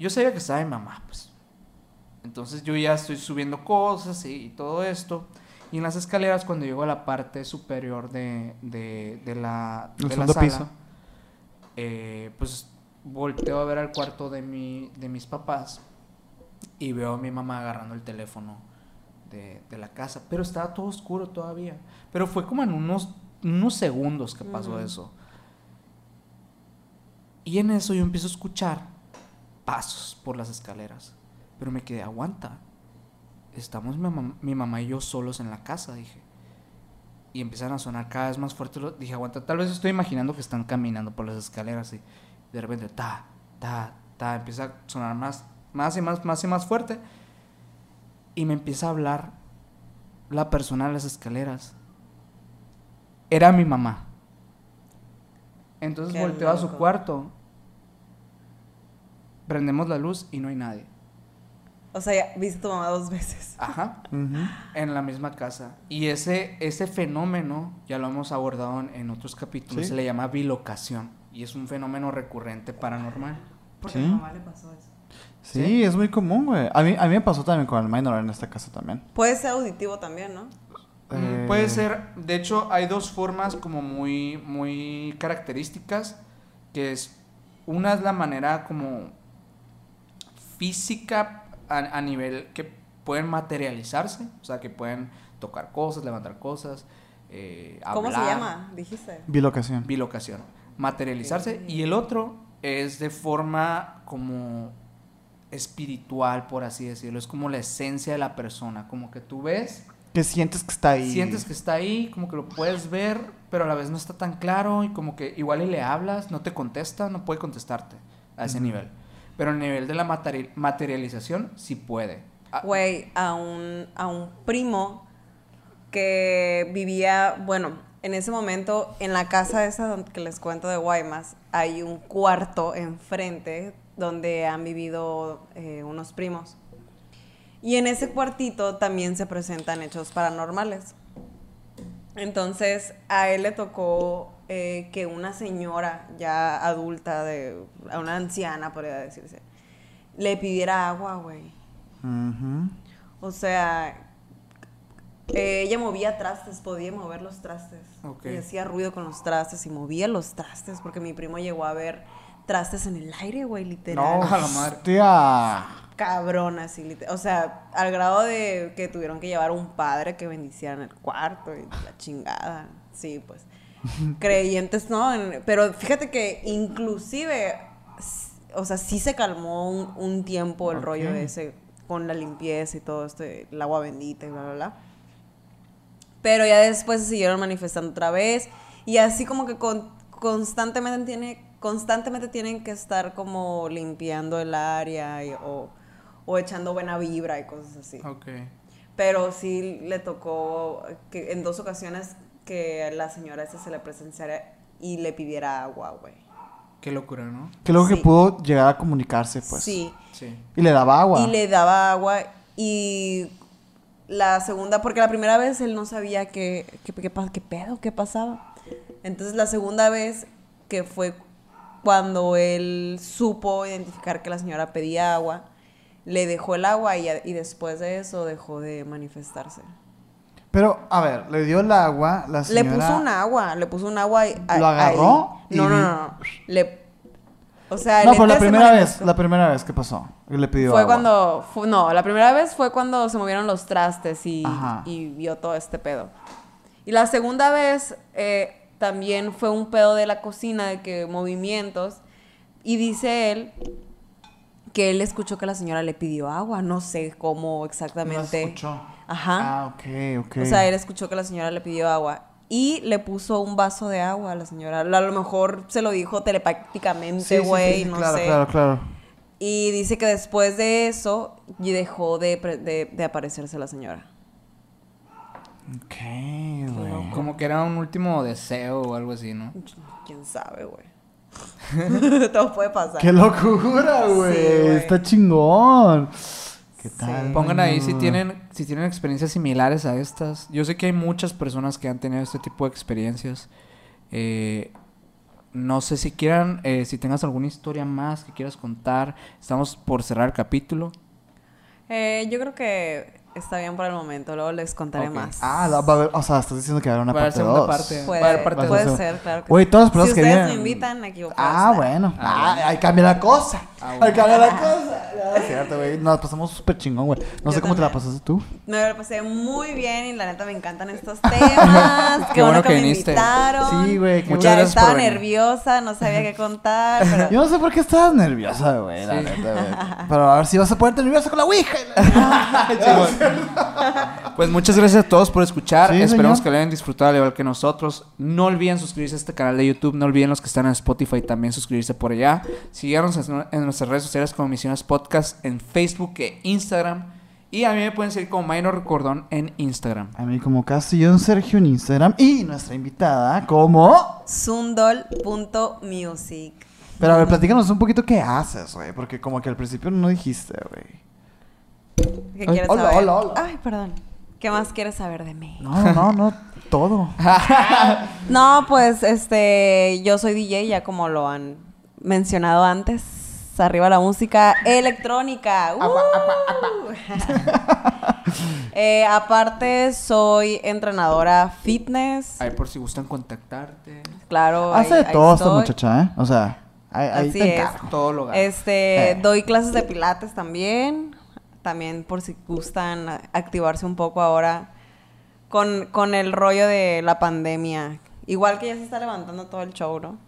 Speaker 3: Yo sabía que estaba mi mamá, pues. Entonces yo ya estoy subiendo cosas y, y todo esto. Y en las escaleras, cuando llego a la parte superior de, de, de la,
Speaker 1: El
Speaker 3: de la
Speaker 1: segundo
Speaker 3: sala,
Speaker 1: piso.
Speaker 3: eh, pues volteo a ver al cuarto de, mi, de mis papás y veo a mi mamá agarrando el teléfono de, de la casa, pero estaba todo oscuro todavía. Pero fue como en unos, unos segundos que pasó
Speaker 2: Ujú.
Speaker 3: eso. Y en eso yo empiezo a escuchar pasos por las escaleras, pero me quedé, aguanta. Estamos mi mamá, mi mamá y yo solos en la casa, dije. Y empiezan a sonar cada vez más fuerte. lo- Dije, aguanta, tal vez estoy imaginando que están caminando por las escaleras y de repente, ta, ta, ta, empieza a sonar más, más y más, más y más fuerte. Y me empieza a hablar la persona de las escaleras. Era mi mamá. Entonces
Speaker 2: Qué
Speaker 3: volteo a su
Speaker 2: loco.
Speaker 3: cuarto. Prendemos la luz y no hay nadie.
Speaker 2: O sea, ya viste a tu mamá dos veces.
Speaker 3: Ajá.
Speaker 1: Ujú.
Speaker 3: En la misma casa. Y ese, ese fenómeno, ya lo hemos abordado en, en otros capítulos,
Speaker 1: Sí.
Speaker 3: se le llama bilocación. Y es un fenómeno recurrente paranormal.
Speaker 1: Porque a mi Sí. mamá
Speaker 2: le pasó eso.
Speaker 1: Sí, es muy común, güey. A mí, a mí me pasó también con el minor en esta casa también.
Speaker 2: Puede ser auditivo también, ¿no?
Speaker 1: Eh,
Speaker 3: Mm, Puede ser, de hecho hay dos formas como muy, muy características, que es, una es la manera como física a, a nivel que pueden materializarse, o sea, que pueden tocar cosas, levantar cosas, eh,
Speaker 2: ¿Cómo se
Speaker 3: hablar.
Speaker 2: llama? Dijiste.
Speaker 1: Bilocación.
Speaker 3: bilocación, materializarse. Y el otro es de forma como espiritual, por así decirlo. Es como la esencia de la persona. Como que tú ves,
Speaker 1: Que sientes que está ahí.
Speaker 3: sientes que está ahí, como que lo puedes ver, pero a la vez no está tan claro. Y como que igual y le hablas, no te contesta, no puede contestarte a ese nivel. Pero el nivel de la materi- materialización sí puede. Ah,
Speaker 2: Güey, a un, a un primo que vivía, bueno, en ese momento, en la casa esa don- que les cuento de Guaymas, hay un cuarto enfrente donde han vivido eh, unos primos. Y en ese cuartito también se presentan hechos paranormales. Entonces a él le tocó eh, que una señora ya adulta, de, a una anciana podría decirse, le pidiera agua, güey.
Speaker 1: Ujú.
Speaker 2: O sea, eh, ella movía trastes, podía mover los trastes.
Speaker 3: Ok.
Speaker 2: Y hacía ruido con los trastes y movía los trastes porque mi primo llegó a ver trastes en el aire, güey, literal.
Speaker 3: No, a la madre.
Speaker 1: Hostia.
Speaker 2: Cabrón, así, literal. O sea, al grado de que tuvieron que llevar un padre que bendiciera en el cuarto y la chingada. Sí, pues. Creyentes, ¿no? En- pero fíjate que inclusive, s- o sea, sí se calmó un, un tiempo el
Speaker 1: Ok.
Speaker 2: rollo ese con la limpieza y todo esto, el agua bendita y bla, bla, bla. Pero ya después se siguieron manifestando otra vez. Y así como que con- constantemente, tiene, constantemente tienen que estar como limpiando el área y- o, o echando buena vibra y cosas así.
Speaker 3: Ok.
Speaker 2: Pero sí le tocó que en dos ocasiones que la señora esa se le presenciara y le pidiera agua, güey.
Speaker 3: Qué locura, ¿no?
Speaker 1: Que luego que
Speaker 2: Sí.
Speaker 1: pudo llegar a comunicarse, pues.
Speaker 2: sí.
Speaker 3: Sí.
Speaker 1: Y le daba agua.
Speaker 2: Y le daba agua y la segunda, porque la primera vez él no sabía qué, qué, qué pa- qué pedo, qué pasaba. Entonces la segunda vez que fue cuando él supo identificar que la señora pedía agua, le dejó el agua y, y después de eso dejó de manifestarse.
Speaker 1: Pero, a ver, le dio el agua, la señora...
Speaker 2: Le puso un agua, le puso un agua y a-
Speaker 1: ¿Lo agarró?
Speaker 2: ahí. No,
Speaker 1: Y-
Speaker 2: no, no, no. Le, o sea,
Speaker 1: No,
Speaker 2: el
Speaker 1: pero la
Speaker 2: ente se
Speaker 1: primera vez,
Speaker 2: manifestó.
Speaker 1: la primera vez que pasó, que le pidió
Speaker 2: Fue
Speaker 1: agua.
Speaker 2: cuando, fu- no, la primera vez fue cuando se movieron los trastes y,
Speaker 1: Ajá.
Speaker 2: y vio todo este pedo. Y la segunda vez eh, también fue un pedo de la cocina, de que movimientos. Y dice él que él escuchó que la señora le pidió agua, no sé cómo exactamente.
Speaker 1: No escuchó.
Speaker 2: Ajá.
Speaker 1: Ah, ok, ok.
Speaker 2: O sea, él escuchó que la señora le pidió agua. Y le puso un vaso de agua a la señora. A lo mejor se lo dijo
Speaker 1: Sí,
Speaker 2: telepáticamente,
Speaker 1: sí, sí, sí,
Speaker 2: güey, no
Speaker 1: claro,
Speaker 2: sé.
Speaker 1: claro, claro.
Speaker 2: Y dice que después de eso y dejó de, pre- de- de aparecerse la señora.
Speaker 1: Ok, güey.
Speaker 3: Como que era un último deseo o algo así, ¿no?
Speaker 2: ¿Quién sabe, güey? Todo puede pasar.
Speaker 1: ¡Qué locura,
Speaker 2: Sí,
Speaker 1: güey!
Speaker 2: güey.
Speaker 1: Está chingón. ¿Qué
Speaker 2: Sí.
Speaker 1: tal? Mm.
Speaker 3: Pongan ahí si
Speaker 1: no?
Speaker 3: tienen, si tienen experiencias similares a estas. Yo sé que hay muchas personas que han tenido este tipo de experiencias. Eh, no sé si quieran, eh, si tengas alguna historia más que quieras contar. Estamos por cerrar el capítulo.
Speaker 2: Eh, yo creo que está bien por el momento. Luego les contaré
Speaker 3: Ok.
Speaker 2: más.
Speaker 1: Ah, la- va a haber, o sea, estás diciendo que va a haber una
Speaker 3: Va a haber
Speaker 1: parte
Speaker 3: segunda
Speaker 1: 2.
Speaker 3: parte.
Speaker 2: Puede,
Speaker 3: Va a haber parte
Speaker 2: puede
Speaker 1: dos.
Speaker 2: ser, claro que
Speaker 1: Güey,
Speaker 2: sí.
Speaker 1: todas las personas
Speaker 2: si
Speaker 1: que
Speaker 2: ustedes
Speaker 1: vienen-
Speaker 2: me invitan, aquí yo puedo
Speaker 1: Ah,
Speaker 2: estar.
Speaker 1: bueno.
Speaker 3: Ah,
Speaker 1: Ah, ahí cambia la cosa.
Speaker 3: Ah,
Speaker 1: Ahí
Speaker 3: bueno.
Speaker 1: cambia la cosa. No, es cierto, güey. Nos pasamos súper chingón, güey. No
Speaker 2: Yo
Speaker 1: sé cómo te la
Speaker 2: también.
Speaker 1: pasaste tú.
Speaker 2: Me lo pasé muy bien y la neta me encantan estos temas. Qué,
Speaker 3: Qué bueno
Speaker 2: bueno
Speaker 3: que
Speaker 2: que me
Speaker 3: viniste.
Speaker 2: invitaron.
Speaker 1: Sí, güey, qué
Speaker 2: Ya
Speaker 3: Muchas gracias por
Speaker 2: estaba
Speaker 3: venir.
Speaker 2: nerviosa, no sabía qué contar. Pero...
Speaker 1: Yo no sé por qué estabas nerviosa, güey. la
Speaker 3: Sí.
Speaker 1: neta, güey. Pero a ver si vas a ponerte nerviosa con la Ouija.
Speaker 3: Pues muchas gracias a todos por escuchar.
Speaker 1: Sí,
Speaker 3: Esperemos
Speaker 1: señor.
Speaker 3: que lo hayan disfrutado al igual que nosotros. No olviden suscribirse a este canal de YouTube. No olviden los que están en Spotify también suscribirse por allá. Síganos en en nuestras redes sociales como Misiones Podcast en Facebook e Instagram. Y a mí me pueden seguir como Minor Cordón en Instagram.
Speaker 1: a mí como Castillón Sergio en Instagram. Y nuestra invitada como...
Speaker 2: Sundol.music.
Speaker 1: Pero a ver, platícanos un poquito qué haces, güey. Porque como que al principio no dijiste, güey.
Speaker 2: ¿Qué
Speaker 1: Ay,
Speaker 2: quieres
Speaker 1: hola,
Speaker 2: saber?
Speaker 1: hola, hola.
Speaker 2: Ay, perdón. ¿Qué más quieres saber de mí?
Speaker 1: No, no, no. Todo.
Speaker 2: No, pues este, yo soy DJ, ya como lo han mencionado antes. Arriba la música electrónica. ¡Uh! Eh, aparte, soy entrenadora fitness.
Speaker 3: Ahí por si gustan contactarte.
Speaker 2: Claro.
Speaker 1: Hace
Speaker 2: ahí-
Speaker 1: de
Speaker 2: ahí
Speaker 1: todo esta
Speaker 2: estoy.
Speaker 1: muchacha, ¿eh? O sea, ahí, ahí
Speaker 2: Así
Speaker 1: te
Speaker 2: es.
Speaker 1: encargo.
Speaker 3: Todo lo gano.
Speaker 2: Este,
Speaker 1: Eh.
Speaker 2: doy clases de pilates también. También por si gustan a- activarse un poco ahora con, con el rollo de la pandemia. Igual que ya se está levantando todo el show, ¿no?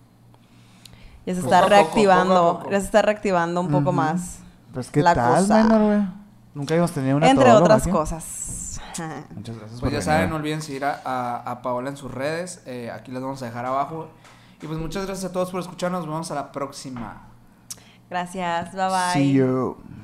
Speaker 2: Ya se
Speaker 3: Poco
Speaker 2: está
Speaker 3: a poco, poco a
Speaker 2: reactivando,
Speaker 3: poco.
Speaker 2: ya se está reactivando un poco
Speaker 1: Ujú.
Speaker 2: más.
Speaker 1: Pues qué
Speaker 2: La
Speaker 1: tal,
Speaker 2: cosa.
Speaker 1: menor, güey. Nunca hemos tenido una
Speaker 2: entre
Speaker 1: todóloga
Speaker 2: otras
Speaker 1: aquí.
Speaker 2: cosas.
Speaker 1: Muchas gracias
Speaker 3: Pues
Speaker 1: por
Speaker 3: ya
Speaker 1: venir.
Speaker 3: saben, no olviden seguir a, a- a Paola en sus redes. Eh, aquí las vamos a dejar abajo. Y pues muchas gracias a todos por escucharnos. Nos vemos a la próxima.
Speaker 2: Gracias, bye bye.
Speaker 1: See you.